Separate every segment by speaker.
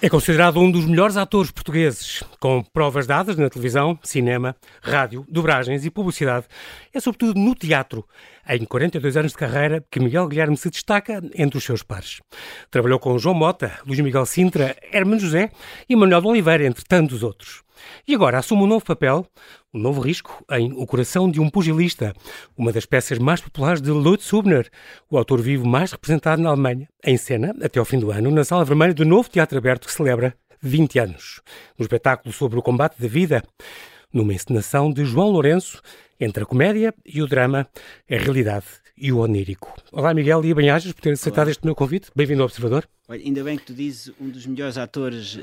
Speaker 1: É considerado um dos melhores atores portugueses, com provas dadas na televisão, cinema, rádio, dobragens e publicidade. É sobretudo no teatro, em 42 anos de carreira, que Miguel Guilherme se destaca entre os seus pares. Trabalhou com João Mota, Luís Miguel Sintra, Hermano José e Manuel de Oliveira, entre tantos outros. E agora assume um novo papel, um novo risco, em O Coração de um Pugilista, uma das peças mais populares de Lutz Hubner, o autor vivo mais representado na Alemanha, em cena, até ao fim do ano, na Sala Vermelha do novo Teatro Aberto, que celebra 20 anos. No espetáculo sobre o combate da vida, numa encenação de João Lourenço, entre a comédia e o drama, a realidade e o onírico. Olá, Miguel, e bem-ajas por ter aceitado este meu convite. Bem-vindo ao Observador.
Speaker 2: Olha, ainda bem que tu dizes um dos melhores atores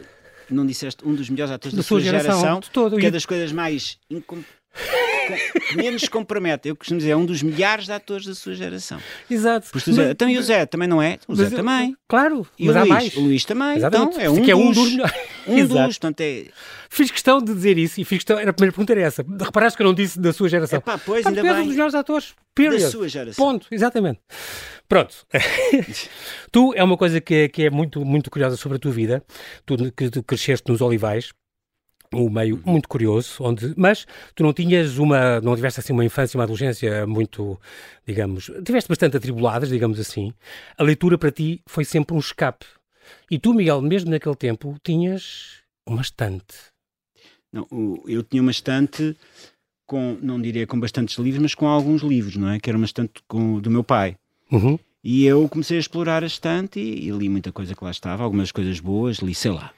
Speaker 2: não disseste um dos melhores atores
Speaker 1: Da
Speaker 2: da,
Speaker 1: sua
Speaker 2: sua
Speaker 1: geração,
Speaker 2: geração,
Speaker 1: de todo,
Speaker 2: que
Speaker 1: e-
Speaker 2: é das coisas mais incom- com- menos compromete. Eu costumo dizer, é um dos milhares de atores da sua geração.
Speaker 1: Exato.
Speaker 2: Por isso, Zé- então e o Zé também não é? O Zé
Speaker 1: Mas eu-
Speaker 2: também.
Speaker 1: Claro,
Speaker 2: E
Speaker 1: mas
Speaker 2: o
Speaker 1: há
Speaker 2: Luís?
Speaker 1: mais.
Speaker 2: O Luís também.
Speaker 1: Exatamente.
Speaker 2: Então, é um,
Speaker 1: que é um dos
Speaker 2: dos,
Speaker 1: melhores.
Speaker 2: Um
Speaker 1: Exato.
Speaker 2: dos. Portanto, é,
Speaker 1: Fiz questão de dizer isso e fiz questão. Era a primeira pergunta era essa. Reparaste que eu não disse da sua geração.
Speaker 2: Epá, pois,
Speaker 1: Portanto,
Speaker 2: ainda
Speaker 1: tu és um
Speaker 2: bem.
Speaker 1: dos melhores atores. Period.
Speaker 2: Da sua geração.
Speaker 1: Ponto, exatamente. Pronto. tu é uma coisa que, que é muito, muito curiosa sobre a tua vida. Tu que tu cresceste nos Olivais. Um meio
Speaker 2: Uhum.
Speaker 1: muito curioso, onde, mas tu não tinhas uma, não tiveste assim uma infância, uma adolescência muito, digamos, tiveste bastante atribuladas, digamos assim. A leitura para ti foi sempre um escape. E tu, Miguel, mesmo naquele tempo, tinhas uma estante.
Speaker 2: não, o- eu tinha uma estante com, não diria com bastantes livros, mas com alguns livros, não é? Que era uma estante com, do meu pai.
Speaker 1: Uhum.
Speaker 2: E eu comecei a explorar a estante e, e li muita coisa que lá estava, algumas coisas boas, li, sei lá,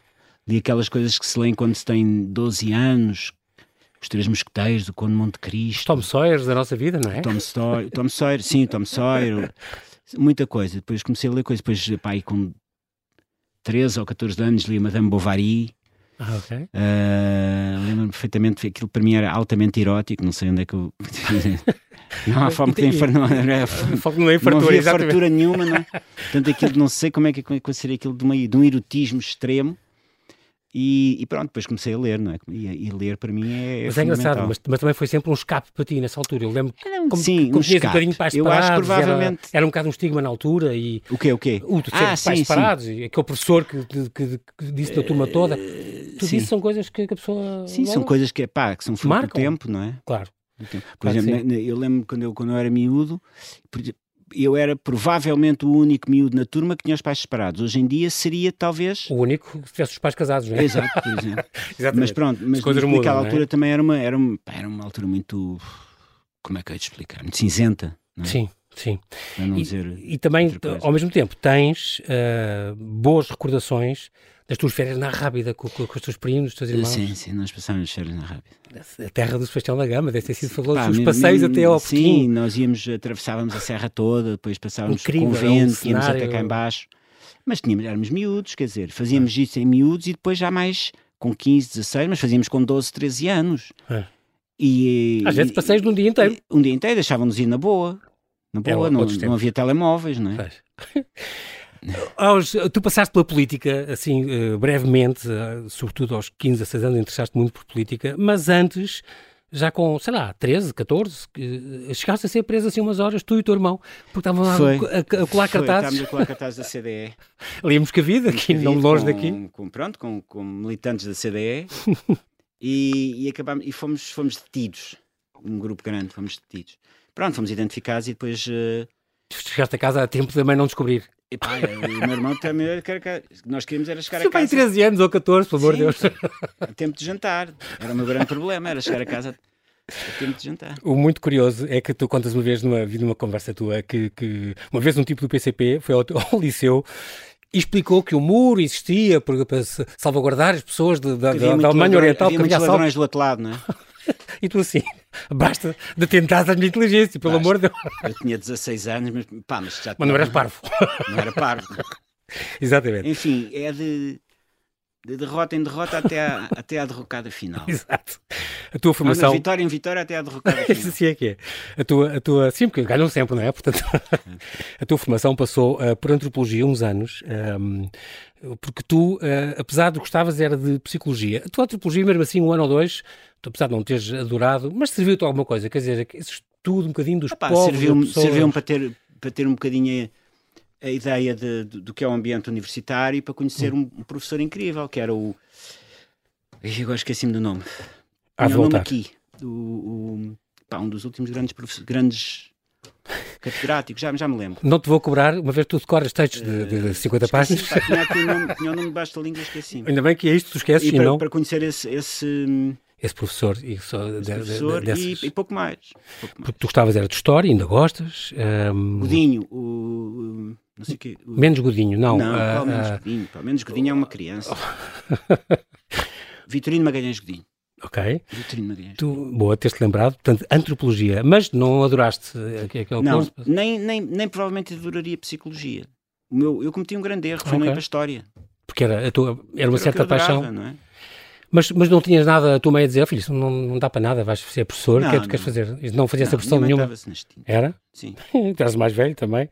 Speaker 2: li aquelas coisas que se leem quando se tem 12 anos, Os Três Mosqueteiros, do Conde de Monte Cristo,
Speaker 1: Tom Sawyers da nossa vida, não é?
Speaker 2: Tom, Sawyer, Tom Sawyer, sim, Tom Sawyer, muita coisa. Depois comecei a ler coisas, depois, pá, aí com 13 ou 14 anos li Madame Bovary,
Speaker 1: Ah, ok.
Speaker 2: ah, lembro-me perfeitamente, aquilo para mim era altamente erótico, não sei onde é que eu... Não há fome que tem fartura, não é?
Speaker 1: Foco não é
Speaker 2: não
Speaker 1: fartura,
Speaker 2: havia
Speaker 1: exatamente.
Speaker 2: fartura nenhuma, não é? Portanto, aquilo, não sei como é que como é que seria aquilo de, uma, de um erotismo extremo. E, e pronto, depois comecei a ler, não é? E, e ler para mim é.
Speaker 1: Mas é engraçado,
Speaker 2: fundamental.
Speaker 1: mas, mas também foi sempre um escape para ti nessa altura. Eu lembro que
Speaker 2: Era um-
Speaker 1: como,
Speaker 2: sim,
Speaker 1: como
Speaker 2: um
Speaker 1: tinhas um
Speaker 2: escape.
Speaker 1: bocadinho de pais
Speaker 2: Eu
Speaker 1: parados,
Speaker 2: acho que
Speaker 1: era-
Speaker 2: provavelmente-
Speaker 1: Era, um bocado um estigma na altura e
Speaker 2: O quê? O quê?
Speaker 1: o de ser
Speaker 2: Ah,
Speaker 1: pais
Speaker 2: sim, sim.
Speaker 1: parados e aquele professor que, que, que- que disse da turma toda. Tu
Speaker 2: Eh, sim.
Speaker 1: disse são coisas que, que a pessoa.
Speaker 2: Sim, são
Speaker 1: lembra?
Speaker 2: coisas que, é, pá, que são fruto do
Speaker 1: Marcam.
Speaker 2: tempo, não é?
Speaker 1: Claro.
Speaker 2: Do tempo. Por
Speaker 1: Claro que
Speaker 2: exemplo, na- na- eu lembro quando eu, quando eu era miúdo, por exemplo, eu era provavelmente o único miúdo na turma que tinha os pais separados. Hoje em dia seria talvez.
Speaker 1: O único que tivesse os pais casados, não é?
Speaker 2: Exato, por exemplo. Mas
Speaker 1: Exatamente.
Speaker 2: pronto, mas
Speaker 1: coisas
Speaker 2: naquela
Speaker 1: mudam, não é?
Speaker 2: altura também era uma, era, uma, pá, era uma altura muito. Como é que eu ia te explicar? Muito cinzenta, não é?
Speaker 1: Sim, sim.
Speaker 2: Para não
Speaker 1: E-
Speaker 2: dizer.
Speaker 1: E também,
Speaker 2: outra coisa.
Speaker 1: ao mesmo tempo, tens ah, boas recordações das tuas férias na Rábida com, com, com os teus primos, os teus irmãos.
Speaker 2: Sim, sim, nós passávamos férias na Rábida.
Speaker 1: A terra do Sebastião da Gama, deve ter sido fabuloso.
Speaker 2: Pá,
Speaker 1: Os
Speaker 2: mesmo-
Speaker 1: passeios
Speaker 2: mesmo-
Speaker 1: até ao
Speaker 2: Sim,
Speaker 1: Pequim.
Speaker 2: nós íamos, atravessávamos a serra toda, depois passávamos
Speaker 1: Incrível,
Speaker 2: o
Speaker 1: é um
Speaker 2: convento, íamos
Speaker 1: cenário-
Speaker 2: até cá em baixo. Mas tínhamos, éramos miúdos, quer dizer, fazíamos isso em miúdos e depois já mais com 15, 16, mas fazíamos com 12, 13 anos.
Speaker 1: É.
Speaker 2: E,
Speaker 1: Às
Speaker 2: e-
Speaker 1: vezes passeios num dia inteiro.
Speaker 2: e- Um dia inteiro deixávamos ir na boa. Na
Speaker 1: É,
Speaker 2: boa, não,
Speaker 1: outros tempos.
Speaker 2: não havia telemóveis, não é?
Speaker 1: Pois. Aos- tu passaste pela política, assim, eh, brevemente, eh, sobretudo aos 15, 16 anos, interessaste muito por política, mas antes, já com, sei lá, 13, 14, que, eh, chegaste a ser preso assim umas horas, tu e o teu irmão, porque estavam lá
Speaker 2: Foi.
Speaker 1: a, a- a colar
Speaker 2: Foi, tá
Speaker 1: cartazes,
Speaker 2: Estávamos a colar cartazes da CDE.
Speaker 1: ali em Moscavide, aqui, não longe
Speaker 2: com,
Speaker 1: daqui.
Speaker 2: Com, pronto, com, com militantes da CDE e, e, acabámos- e fomos, fomos detidos. Um grupo grande, fomos detidos. Pronto, fomos identificados e depois. eh,
Speaker 1: Chegaste a casa a tempo da mãe não descobrir.
Speaker 2: epá, o meu irmão também. era- quer- quer- Nós queríamos era chegar
Speaker 1: Se
Speaker 2: a
Speaker 1: bem
Speaker 2: casa.
Speaker 1: 13 anos ou 14, pelo amor de
Speaker 2: Sim,
Speaker 1: Deus.
Speaker 2: A tempo de jantar. Era o meu grande problema, era chegar a casa a tempo de jantar.
Speaker 1: O muito curioso é que tu contas uma vez numa, numa conversa tua que, que uma vez um tipo do PCP foi ao, ao liceu e explicou que o muro existia por- para se- salvaguardar as pessoas de- da,
Speaker 2: Porque
Speaker 1: da-
Speaker 2: muito
Speaker 1: da Alemanha
Speaker 2: ladrões-
Speaker 1: Oriental que havia
Speaker 2: havia muitos
Speaker 1: assalto.
Speaker 2: ladrões do outro lado, não é?
Speaker 1: E tu assim, basta de tentar a minha inteligência, pelo amor de Deus.
Speaker 2: Eu tinha 16 anos, mas pá, mas já. um,
Speaker 1: Mas não eras parvo.
Speaker 2: Não era parvo.
Speaker 1: Exatamente.
Speaker 2: Enfim, é de, de derrota em derrota até à, até à derrocada final.
Speaker 1: Exato. A tua
Speaker 2: Ou na
Speaker 1: formação.
Speaker 2: vitória em vitória até à derrocada
Speaker 1: Isso
Speaker 2: final.
Speaker 1: sim é que é. A tua, a tua, sim, porque ganham sempre, não é? Portanto, a tua formação passou ah, por antropologia uns anos, ahm, porque tu, ah, apesar de gostavas, era de psicologia. A tua antropologia, mesmo assim, um ano ou dois, tu, apesar de não teres adorado, mas serviu-te alguma coisa? Quer dizer, esse estudo um bocadinho dos
Speaker 2: Epá,
Speaker 1: povos,
Speaker 2: serviu-me
Speaker 1: das pessoas.
Speaker 2: serviu para ter, para ter um bocadinho a ideia de- do- do que é o ambiente universitário para conhecer
Speaker 1: Hum.
Speaker 2: um professor incrível, que era o. Ih, Agora esqueci-me do nome.
Speaker 1: Há de
Speaker 2: Tinha o nome
Speaker 1: voltar.
Speaker 2: aqui. O, o- pá, um dos últimos grandes, profe- grandes catedráticos, já, já me lembro.
Speaker 1: Não te vou cobrar, uma vez que tu decoras textos de, de- de 50 páginas.
Speaker 2: Esqueci-me, pá, Tinha, aqui o nome, tinha o nome debaixo da língua, esqueci-me.
Speaker 1: Ainda bem que é isto, tu esqueces
Speaker 2: E
Speaker 1: e,
Speaker 2: para,
Speaker 1: não
Speaker 2: para conhecer esse, hum, esse,
Speaker 1: esse professor e só de- de- de-
Speaker 2: professor e,
Speaker 1: dessas-
Speaker 2: e pouco mais. Pouco mais.
Speaker 1: Porque tu gostavas era de história, ainda gostas. ehm, ahm,
Speaker 2: Godinho, o. o- Não sei o quê. o-
Speaker 1: menos Godinho, não.
Speaker 2: Não,
Speaker 1: ah,
Speaker 2: pelo menos
Speaker 1: ah,
Speaker 2: Godinho. Pelo menos Godinho é uma criança. Vitorino Magalhães Godinho.
Speaker 1: ok.
Speaker 2: Vitorino Magalhães.
Speaker 1: Tu, boa, teres-te lembrado. Portanto, antropologia. Mas não adoraste eh, aquele
Speaker 2: Não,
Speaker 1: curso?
Speaker 2: nem, nem, nem provavelmente adoraria psicologia. O meu, eu cometi um grande erro, foi não ir
Speaker 1: Ok.
Speaker 2: para a história.
Speaker 1: Porque era, a tua, era uma
Speaker 2: Era o que eu
Speaker 1: certa paixão.
Speaker 2: adorava, Não, é?
Speaker 1: Mas, mas não tinhas nada a tua mãe a dizer, "Oh, filho, isso não, não dá para nada, vais ser professor, o que é que tu
Speaker 2: Não,
Speaker 1: queres
Speaker 2: não.
Speaker 1: fazer? E Não fazias essa
Speaker 2: Não,
Speaker 1: pressão
Speaker 2: minha mãe
Speaker 1: nenhuma.
Speaker 2: estava-se neste tinto.
Speaker 1: Era?
Speaker 2: Sim.
Speaker 1: Tu eras mais velho também.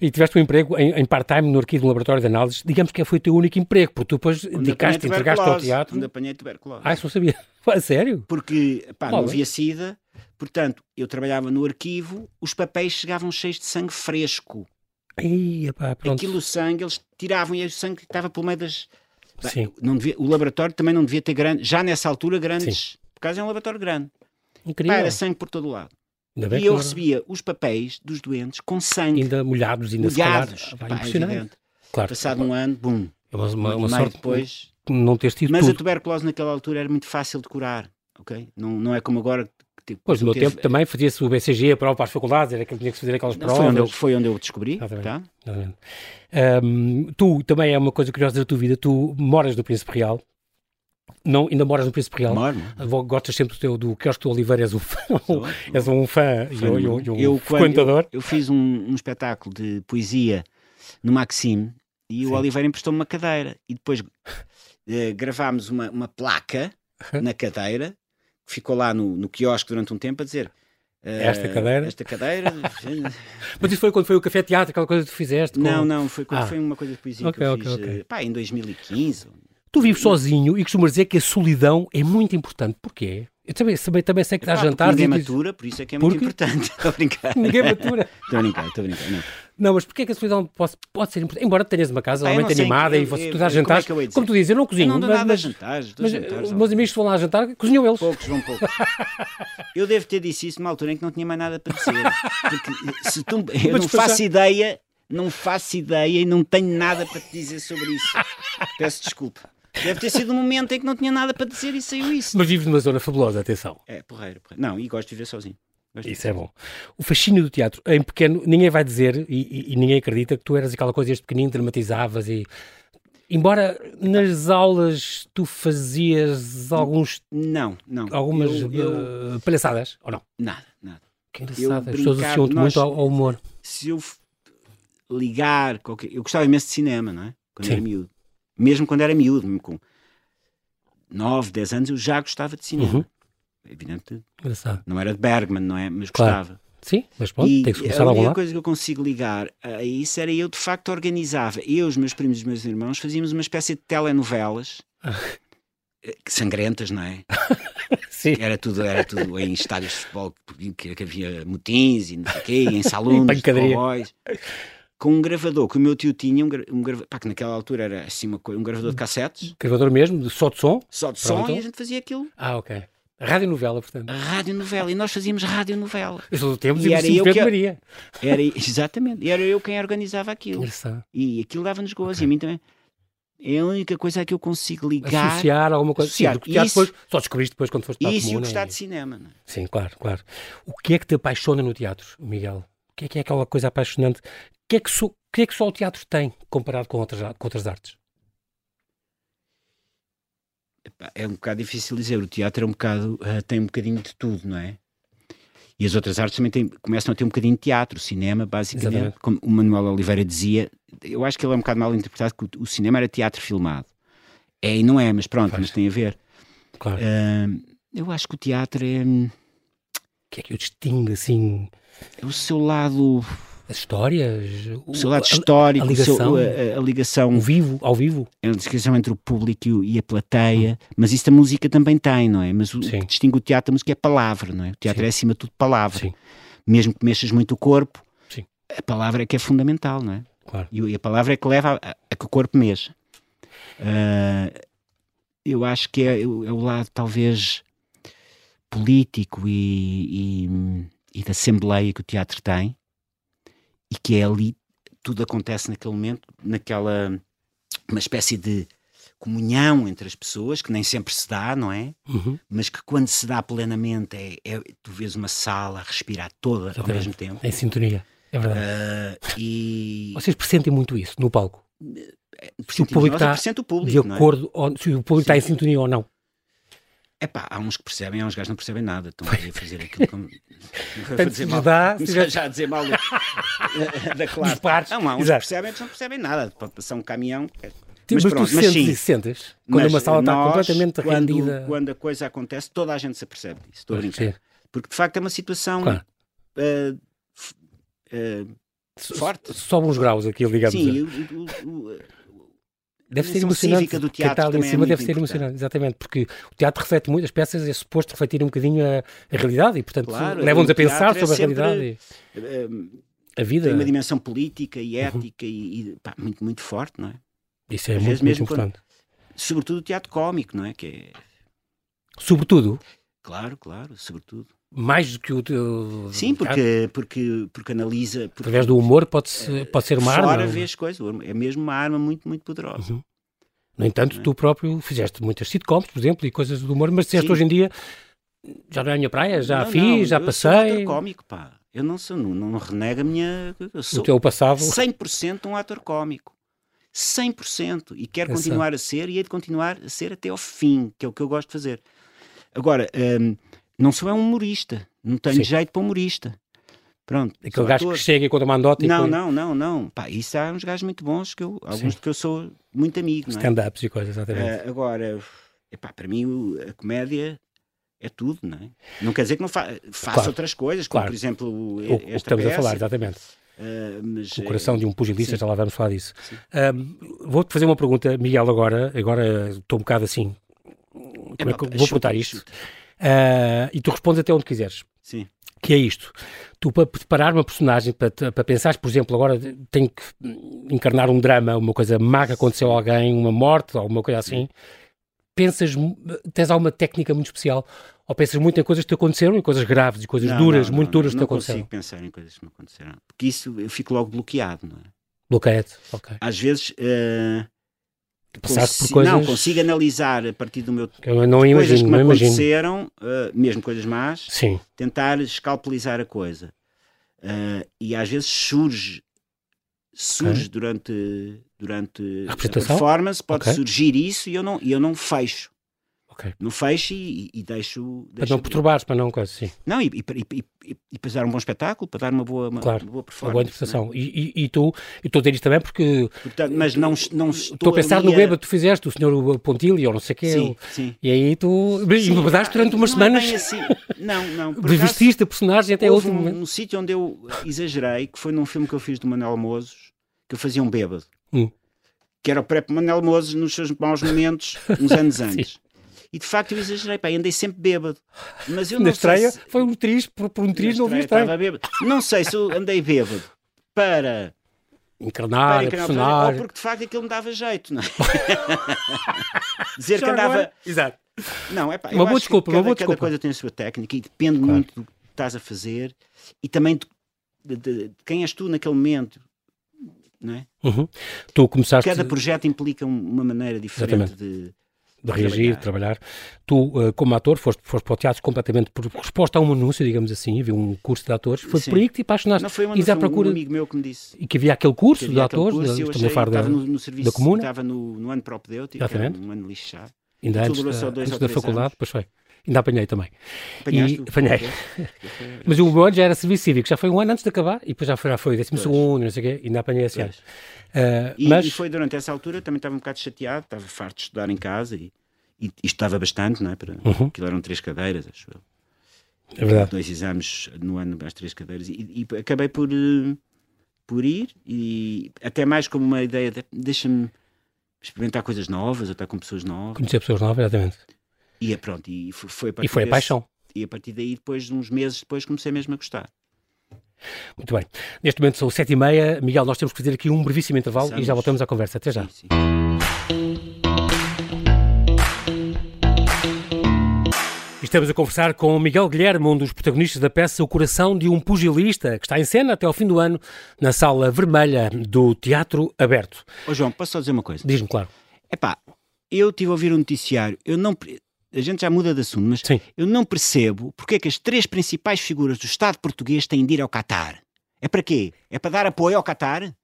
Speaker 1: E tiveste um emprego em, em part-time no arquivo de um laboratório de análises. Digamos que foi o teu único emprego, porque tu depois
Speaker 2: Onde
Speaker 1: dedicaste,
Speaker 2: apanhei
Speaker 1: entregaste ao
Speaker 2: tuberculose,
Speaker 1: teatro.
Speaker 2: Onde apanhei tuberculose.
Speaker 1: Ah, isso é? não sabia. A sério?
Speaker 2: Porque pá, não
Speaker 1: Olha.
Speaker 2: havia sida, portanto, eu trabalhava no arquivo, os papéis chegavam cheios de sangue fresco.
Speaker 1: Ia, pá, pronto.
Speaker 2: Aquilo o sangue, eles tiravam e o sangue estava pelo meio das. Bem,
Speaker 1: Sim.
Speaker 2: não devia- o laboratório também não devia ter grande, já nessa altura, grandes. Por causa é um laboratório grande. Pá,
Speaker 1: Incrível.
Speaker 2: era sangue por todo o lado.
Speaker 1: Ainda Tá bem
Speaker 2: E
Speaker 1: que
Speaker 2: eu
Speaker 1: não-
Speaker 2: recebia os papéis dos doentes com sangue,
Speaker 1: Ainda molhados, ainda
Speaker 2: molhados.
Speaker 1: se calhar.
Speaker 2: Pá,
Speaker 1: Pá,
Speaker 2: é
Speaker 1: impressionante.
Speaker 2: evidente.
Speaker 1: Claro.
Speaker 2: Passado um ano, bum.
Speaker 1: É uma, uma- uma
Speaker 2: Um ano
Speaker 1: sorte
Speaker 2: depois.
Speaker 1: de não teres tido
Speaker 2: Mas a
Speaker 1: tudo.
Speaker 2: tuberculose naquela altura era muito fácil de curar, ok? Não, não é como agora que tipo,
Speaker 1: Pois, no meu
Speaker 2: teve-
Speaker 1: tempo também fazia-se o BCG, a prova para as faculdades, era que tinha que se fazer aquelas
Speaker 2: Não, foi, onde eu,
Speaker 1: provas. Então,
Speaker 2: foi onde eu descobri,
Speaker 1: Exatamente.
Speaker 2: tá?
Speaker 1: Exatamente. Ahm, tu, também é uma coisa curiosa da tua vida, tu moras no Príncipe Real, não, ainda moras no Príncipe Real,
Speaker 2: Moro, não? é?
Speaker 1: Vo- gostas sempre do, teu, do Quiosque do Oliveira, és um fã,
Speaker 2: Sou-
Speaker 1: és um fã e um, e um- e um
Speaker 2: Eu, quando-
Speaker 1: frequentador.
Speaker 2: Eu fiz um, um espetáculo de poesia no Maxime e
Speaker 1: Sim.
Speaker 2: o Oliveira emprestou-me uma cadeira e depois eh, gravámos uma, uma placa na cadeira que ficou lá no, no quiosque durante um tempo a dizer eh,
Speaker 1: Esta cadeira?
Speaker 2: Esta cadeira.
Speaker 1: Mas isso foi quando foi o Café Teatro, aquela coisa que tu fizeste? com-
Speaker 2: não, não, foi,
Speaker 1: Ah.
Speaker 2: foi uma coisa de poesia
Speaker 1: Ok,
Speaker 2: que eu
Speaker 1: ok,
Speaker 2: fiz
Speaker 1: ok.
Speaker 2: eh, pá, em 2015
Speaker 1: Tu vives sozinho e costumas dizer que a solidão é muito importante. Porquê? Eu também, também, também sei que
Speaker 2: Pá,
Speaker 1: dás
Speaker 2: porque
Speaker 1: jantares
Speaker 2: Ninguém
Speaker 1: e dizes-
Speaker 2: matura, por isso é que é
Speaker 1: Porque?
Speaker 2: muito importante. Estou a brincar.
Speaker 1: ninguém matura.
Speaker 2: Estou a brincar, estou a brincar. Não.
Speaker 1: Não, mas porquê é que a solidão pode, pode ser importante? Embora tenhas uma casa
Speaker 2: Ah, eu não
Speaker 1: realmente
Speaker 2: sei,
Speaker 1: animada
Speaker 2: eu-
Speaker 1: e você,
Speaker 2: eu-
Speaker 1: tu dás
Speaker 2: como é
Speaker 1: jantares.
Speaker 2: que eu hei de
Speaker 1: como tu
Speaker 2: dizer?
Speaker 1: dizes, eu não
Speaker 2: Eu
Speaker 1: cozinho,
Speaker 2: não dou
Speaker 1: mas,
Speaker 2: nada
Speaker 1: mas-
Speaker 2: a jantares. dou
Speaker 1: mas,
Speaker 2: jantares
Speaker 1: os
Speaker 2: ao-
Speaker 1: meus amigos que vão lá jantar, cozinham eles.
Speaker 2: Poucos, vão poucos. Eu devo ter disse isso numa altura em que não tinha mais nada para dizer. Porque se tu, eu não
Speaker 1: despachar.
Speaker 2: faço ideia, não faço ideia e não tenho nada para te dizer sobre isso. Peço desculpa. Deve ter sido um momento em que não tinha nada para dizer e saiu isso.
Speaker 1: Mas vives numa zona fabulosa, atenção.
Speaker 2: É, porreiro, porreiro. Não, e gosto de viver sozinho. Gosto de
Speaker 1: Isso é bom. O fascínio do teatro, em pequeno, ninguém vai dizer e, e- e ninguém acredita que tu eras aquela coisa, este pequenino, dramatizavas e. Embora nas aulas tu fazias alguns,
Speaker 2: Não, não.
Speaker 1: é algumas
Speaker 2: Eu- eu-
Speaker 1: eh, palhaçadas, ou não?
Speaker 2: nada, nada.
Speaker 1: Que engraçado, as
Speaker 2: brincava-
Speaker 1: pessoas associam-te
Speaker 2: nós-
Speaker 1: muito ao, ao humor.
Speaker 2: se eu f- ligar qualquer... eu gostava imenso de cinema, não é? Quando
Speaker 1: Sim.
Speaker 2: era miúdo. Mesmo quando era miúdo, mesmo com 9, 10 anos, eu já gostava de cinema.
Speaker 1: Uhum.
Speaker 2: Evidente,
Speaker 1: Engraçado.
Speaker 2: não era de Bergman, não é? Mas
Speaker 1: Claro.
Speaker 2: gostava.
Speaker 1: Sim, mas pronto,
Speaker 2: e
Speaker 1: tem que se começar
Speaker 2: a
Speaker 1: a algum
Speaker 2: única
Speaker 1: lado.
Speaker 2: coisa que eu consigo ligar a isso era eu de facto organizava. Eu, os meus primos e os meus irmãos fazíamos uma espécie de telenovelas
Speaker 1: Ah.
Speaker 2: eh, sangrentas, não é?
Speaker 1: Sim.
Speaker 2: Era tudo, era tudo em estádios de futebol que, que havia motins e não sei o quê, e em
Speaker 1: E
Speaker 2: salões,
Speaker 1: pancadaria.
Speaker 2: cowboys. Com um gravador que o meu tio tinha, um, gra- um grava- pá, que naquela altura era assim uma coisa, um gravador de cassetes,
Speaker 1: Gravador mesmo, só de som?
Speaker 2: só de
Speaker 1: Pronto.
Speaker 2: som, e a gente fazia aquilo.
Speaker 1: Ah, ok. Rádio novela, portanto.
Speaker 2: A radionovela, e nós fazíamos radionovela.
Speaker 1: Eu sou do tempo
Speaker 2: E
Speaker 1: de
Speaker 2: era eu
Speaker 1: Simplesmente
Speaker 2: que-
Speaker 1: Maria.
Speaker 2: Era, exatamente, e era eu quem organizava aquilo.
Speaker 1: Engraçado.
Speaker 2: E aquilo dava-nos gozo, e a mim também. É a única coisa a que eu consigo ligar.
Speaker 1: Associar alguma coisa.
Speaker 2: Associar.
Speaker 1: Sim, porque o teatro
Speaker 2: Isso-
Speaker 1: depois, só descobriste depois quando foste para a
Speaker 2: Isso e o
Speaker 1: comuna
Speaker 2: gostar
Speaker 1: e-
Speaker 2: de cinema. não é?
Speaker 1: Sim, claro, claro. O que é que te apaixona no teatro, Miguel? O que é que é aquela coisa apaixonante? O que é que só, o que é que só o teatro tem comparado com outras, a- com outras artes?
Speaker 2: Pá, é um bocado difícil dizer. O teatro é um bocado, ah, tem um bocadinho de tudo, não é? E as outras artes também têm, começam a ter um bocadinho de teatro, cinema, basicamente.
Speaker 1: Exatamente.
Speaker 2: Como o Manuel Oliveira dizia, eu acho que ele é um bocado mal interpretado, que o, o cinema era teatro filmado. É e não é, mas pronto, mas tem a ver.
Speaker 1: Claro.
Speaker 2: Ah, eu acho que o teatro é,
Speaker 1: O que é que o distingue, assim,
Speaker 2: é o seu lado,
Speaker 1: as histórias?
Speaker 2: o seu lado
Speaker 1: a-
Speaker 2: histórico, o seu-
Speaker 1: ligação.
Speaker 2: a- a- a ligação
Speaker 1: o vivo, ao vivo?
Speaker 2: é a ligação entre o público e o- e a plateia, mas isso a música também tem, não é? Mas o, o
Speaker 1: Sim.
Speaker 2: que distingue o teatro da música é a palavra, não é? O teatro
Speaker 1: Sim.
Speaker 2: é acima de tudo palavra.
Speaker 1: Sim.
Speaker 2: Mesmo que mexas muito o corpo,
Speaker 1: Sim.
Speaker 2: a palavra é que é fundamental, não é?
Speaker 1: Claro.
Speaker 2: E, o- e a palavra é que leva a, a que o corpo mexe. Ah, eu acho que é, é o é o lado, talvez, político e, e, e da assembleia que o teatro tem, e que é ali, tudo acontece naquele momento, naquela. uma espécie de comunhão entre as pessoas, que nem sempre se dá, não é?
Speaker 1: Uhum.
Speaker 2: Mas que quando se dá plenamente, é, é- tu vês uma sala a respirar toda ao
Speaker 1: Exatamente.
Speaker 2: mesmo tempo.
Speaker 1: Em sintonia. É verdade.
Speaker 2: Ah, e
Speaker 1: Vocês pressentem muito isso no palco.
Speaker 2: Portanto,
Speaker 1: o público
Speaker 2: nós é
Speaker 1: está
Speaker 2: por cento o público,
Speaker 1: de
Speaker 2: não é?
Speaker 1: acordo ou- se o público está em sintonia ou não.
Speaker 2: Epá, há uns que percebem, há uns gajos que não percebem nada. Estão ali a fazer aquilo como. Vou
Speaker 1: Portanto,
Speaker 2: dizer
Speaker 1: se lhes
Speaker 2: mal-
Speaker 1: dá, se
Speaker 2: começar
Speaker 1: tiver-
Speaker 2: já a dizer mal da- da classe.
Speaker 1: Dos pares,
Speaker 2: Não, há uns
Speaker 1: exato.
Speaker 2: que percebem, outros não percebem nada. Pode passar um caminhão.
Speaker 1: Mas,
Speaker 2: Mas
Speaker 1: tu
Speaker 2: pronto, mas
Speaker 1: sentes
Speaker 2: sim.
Speaker 1: isso, sentes? Quando
Speaker 2: Mas
Speaker 1: uma sala está
Speaker 2: nós,
Speaker 1: completamente
Speaker 2: quando,
Speaker 1: rendida.
Speaker 2: Quando a coisa acontece, toda a gente se apercebe disso. Estou a brincar.
Speaker 1: Sim,
Speaker 2: Porque de facto é uma situação.
Speaker 1: claro.
Speaker 2: ah, f- ah,
Speaker 1: So-
Speaker 2: forte.
Speaker 1: Sobe uns graus aquilo, digamos.
Speaker 2: sim, o- o- o-
Speaker 1: deve ser
Speaker 2: dimensão
Speaker 1: emocionante.
Speaker 2: cívica do
Speaker 1: Quem está ali
Speaker 2: teatro
Speaker 1: em
Speaker 2: também é
Speaker 1: cima
Speaker 2: muito
Speaker 1: deve ser
Speaker 2: importante.
Speaker 1: emocionante, exatamente, porque o teatro reflete muito, as peças é suposto refletir um bocadinho a, a realidade e, portanto,
Speaker 2: Claro,
Speaker 1: levam-nos
Speaker 2: o
Speaker 1: a pensar
Speaker 2: teatro é
Speaker 1: sobre a
Speaker 2: sempre-
Speaker 1: realidade,
Speaker 2: ah,
Speaker 1: e a vida.
Speaker 2: tem uma dimensão política
Speaker 1: Uhum.
Speaker 2: e ética e, e, pá, muito, muito forte, não é?
Speaker 1: Isso é
Speaker 2: às
Speaker 1: muito,
Speaker 2: vezes
Speaker 1: muito
Speaker 2: mesmo quando-
Speaker 1: importante.
Speaker 2: Sobretudo o teatro cómico, não é? Que é,
Speaker 1: Sobretudo,
Speaker 2: claro, claro, sobretudo.
Speaker 1: mais do que o. teu-
Speaker 2: Sim, porque, porque, porque analisa.
Speaker 1: um
Speaker 2: Porque
Speaker 1: Através do humor pode-se- pode ser uma
Speaker 2: Eh, fora
Speaker 1: arma.
Speaker 2: vês coisas. É mesmo uma arma muito, muito poderosa.
Speaker 1: Uhum. No entanto, tu próprio fizeste muitas sitcoms, por exemplo, e coisas do humor, mas disseste
Speaker 2: Sim.
Speaker 1: hoje em dia já não é a minha praia, já
Speaker 2: Não,
Speaker 1: fiz,
Speaker 2: não,
Speaker 1: já
Speaker 2: eu Sou um
Speaker 1: passei.
Speaker 2: ator cómico, pá. Eu não sou, não, não renego a minha. Eu
Speaker 1: O
Speaker 2: sou
Speaker 1: teu passado.
Speaker 2: 100% um ator cómico. 100%. E quero
Speaker 1: Essa-
Speaker 2: continuar a ser e hei de continuar a ser até ao fim, que é o que eu gosto de fazer. Agora, hum, não sou é um humorista. Não tenho
Speaker 1: Sim.
Speaker 2: jeito para humorista. Pronto. sou
Speaker 1: Aquele gajo
Speaker 2: ator.
Speaker 1: que chega e conta uma andota
Speaker 2: Não,
Speaker 1: e põe
Speaker 2: não, não, não. Pá, isso há uns gajos muito bons, que eu, alguns
Speaker 1: Sim.
Speaker 2: que eu sou muito amigo. Não é?
Speaker 1: stand-ups e coisas, exatamente.
Speaker 2: Ah, agora, epá, para mim o- a comédia é tudo, não é? Não quer dizer que não fa faça
Speaker 1: Claro.
Speaker 2: outras coisas, como
Speaker 1: Claro.
Speaker 2: por exemplo
Speaker 1: o,
Speaker 2: o-
Speaker 1: o que
Speaker 2: esta
Speaker 1: estamos a
Speaker 2: peça,
Speaker 1: falar, exatamente.
Speaker 2: ah, mas,
Speaker 1: O coração de um pugilista,
Speaker 2: Sim.
Speaker 1: já lá vamos falar disso.
Speaker 2: Sim.
Speaker 1: Ahm, Vou-te fazer uma pergunta, Miguel, agora. Agora estou um bocado assim. Como é
Speaker 2: Epá,
Speaker 1: que eu vou
Speaker 2: chuta,
Speaker 1: perguntar isto?
Speaker 2: chuta.
Speaker 1: Ah, e tu respondes até onde quiseres.
Speaker 2: Sim.
Speaker 1: Que é isto. Tu, para preparar uma personagem, para, te- para pensares, por exemplo, agora tenho que hum, encarnar um drama, uma coisa má que aconteceu a alguém, uma morte, alguma coisa assim. Pensas, mu- tens alguma técnica muito especial? Ou pensas muito em coisas que te aconteceram, em coisas graves e coisas
Speaker 2: Não,
Speaker 1: duras,
Speaker 2: não,
Speaker 1: muito
Speaker 2: não,
Speaker 1: duras que
Speaker 2: não,
Speaker 1: te
Speaker 2: não
Speaker 1: aconteceram?
Speaker 2: consigo pensar em coisas que me aconteceram, porque isso eu fico logo bloqueado, não é?
Speaker 1: Bloqueia-te. Ok.
Speaker 2: Às vezes ah,
Speaker 1: Passaste por
Speaker 2: consi-
Speaker 1: coisas.
Speaker 2: não consigo analisar a partir do meu
Speaker 1: que Eu não
Speaker 2: coisas que
Speaker 1: imagino,
Speaker 2: me
Speaker 1: não imagino.
Speaker 2: aconteceram, ah, mesmo coisas más,
Speaker 1: Sim.
Speaker 2: tentar escalpelizar a coisa. Ah, e às vezes surge, surge
Speaker 1: Ok.
Speaker 2: durante, durante
Speaker 1: A
Speaker 2: a
Speaker 1: apresentação?
Speaker 2: performance, pode
Speaker 1: Ok.
Speaker 2: surgir isso e eu não, e eu não fecho.
Speaker 1: Ok.
Speaker 2: Não fecho e, e- e deixo.
Speaker 1: Para
Speaker 2: deixo
Speaker 1: não perturbares, para não coisa, sim.
Speaker 2: Não, e, e, e, e, e para dar um bom espetáculo, para dar uma boa, uma,
Speaker 1: Claro, Uma
Speaker 2: uma boa
Speaker 1: boa
Speaker 2: performance. não
Speaker 1: interpretação. E, e, e tu, eu estou a dizer isto também porque
Speaker 2: é? Portanto, mas não, não estou.
Speaker 1: estou a pensar no
Speaker 2: ali
Speaker 1: Weber que tu fizeste, o senhor Pontilho, ou não sei o quê.
Speaker 2: Sim,
Speaker 1: o-
Speaker 2: sim.
Speaker 1: E aí tu
Speaker 2: Sim,
Speaker 1: mudaste durante umas
Speaker 2: não é bem
Speaker 1: semanas,
Speaker 2: assim. Não, não. por acaso-
Speaker 1: revestiste a personagem até ao
Speaker 2: Houve
Speaker 1: último
Speaker 2: um,
Speaker 1: momento.
Speaker 2: um sítio onde eu exagerei, que foi num filme que eu fiz do Manuel Mozos, que eu fazia um bêbado.
Speaker 1: Hum.
Speaker 2: Que era o pré Manuel Mozos nos seus maus momentos, uns anos antes. E de facto eu exagerei, pá, andei sempre bêbado. Mas eu
Speaker 1: Na
Speaker 2: não sei
Speaker 1: estreia,
Speaker 2: se-
Speaker 1: foi um triz, por, por um triz não
Speaker 2: na
Speaker 1: vi estreia.
Speaker 2: estreia estava bêbado. Não sei se eu andei bêbado para,
Speaker 1: Encarnar,
Speaker 2: para
Speaker 1: a
Speaker 2: encarar o ou
Speaker 1: Ah, personagem.
Speaker 2: porque de facto aquilo me dava jeito, não é? Dizer
Speaker 1: Já
Speaker 2: que andava.
Speaker 1: agora- Exato.
Speaker 2: Não, é pá, eu
Speaker 1: Uma boa
Speaker 2: acho que
Speaker 1: desculpa, uma
Speaker 2: cada,
Speaker 1: boa
Speaker 2: cada
Speaker 1: desculpa.
Speaker 2: coisa tem a sua técnica e depende
Speaker 1: Claro.
Speaker 2: muito do que estás a fazer e também de, de- de- de quem és tu naquele momento. Não é?
Speaker 1: Uhum. Tu começaste
Speaker 2: Cada projeto implica um- uma maneira diferente de.
Speaker 1: de reagir, de trabalhar. Tu, eh, como ator, foste, foste para o teatro completamente por resposta a um anúncio, digamos assim, havia um curso de atores. Foi
Speaker 2: Sim.
Speaker 1: por aí que te apaixonaste.
Speaker 2: Não foi uma,
Speaker 1: Ires à
Speaker 2: um,
Speaker 1: procura-
Speaker 2: um amigo meu que me disse.
Speaker 1: E que havia aquele
Speaker 2: que
Speaker 1: curso de
Speaker 2: havia aquele
Speaker 1: atores,
Speaker 2: curso,
Speaker 1: da-
Speaker 2: eu
Speaker 1: estamos
Speaker 2: achei-
Speaker 1: a falar da,
Speaker 2: estava no, no serviço,
Speaker 1: da comuna?
Speaker 2: Estava no, no ano propedêutico, que era
Speaker 1: Exatamente.
Speaker 2: um ano lixado.
Speaker 1: ainda
Speaker 2: aquilo
Speaker 1: antes
Speaker 2: durou só
Speaker 1: da,
Speaker 2: dois
Speaker 1: antes
Speaker 2: ou
Speaker 1: da
Speaker 2: três
Speaker 1: faculdade,
Speaker 2: anos.
Speaker 1: pois foi. Ainda apanhei também.
Speaker 2: Apanhaste
Speaker 1: E-
Speaker 2: o-
Speaker 1: apanhei. Mas o meu ano já era serviço cívico, já foi um ano antes de acabar, e depois já foi, já foi 12 segundo, não sei o quê, ainda apanhei esse ano.
Speaker 2: Pois.
Speaker 1: Ah,
Speaker 2: E,
Speaker 1: mas,
Speaker 2: e foi durante essa altura, eu também estava um bocado chateado, estava farto de estudar em casa e, e, e estudava bastante, não é? Para,
Speaker 1: Uhum.
Speaker 2: Aquilo eram três cadeiras, acho eu.
Speaker 1: é verdade,
Speaker 2: dois exames no ano às três cadeiras e, e acabei por eh, por ir e até mais como uma ideia de, deixa-me experimentar coisas novas ou estar com pessoas novas
Speaker 1: conhecer pessoas novas, exatamente.
Speaker 2: e é pronto e f- foi a
Speaker 1: E
Speaker 2: partir
Speaker 1: foi a
Speaker 2: desse-
Speaker 1: paixão.
Speaker 2: e a partir daí depois uns meses depois comecei mesmo a gostar
Speaker 1: Muito bem. Neste momento são sete e meia. Miguel, nós temos que fazer aqui um brevíssimo intervalo e já
Speaker 2: Precisamos.
Speaker 1: voltamos à conversa. Até já.
Speaker 2: Sim, sim.
Speaker 1: Estamos a conversar com Miguel Guilherme, um dos protagonistas da peça O Coração de um Pugilista, que está em cena até ao fim do ano na Sala Vermelha do Teatro Aberto.
Speaker 2: Ô João, posso só dizer uma coisa?
Speaker 1: Diz-me, claro.
Speaker 2: Epá, eu tive a ouvir um noticiário, eu não. pre- A gente já muda de assunto, mas
Speaker 1: Sim.
Speaker 2: eu não percebo porque é que as três principais figuras do Estado português têm de ir ao Catar. É para quê? É para dar apoio ao Catar?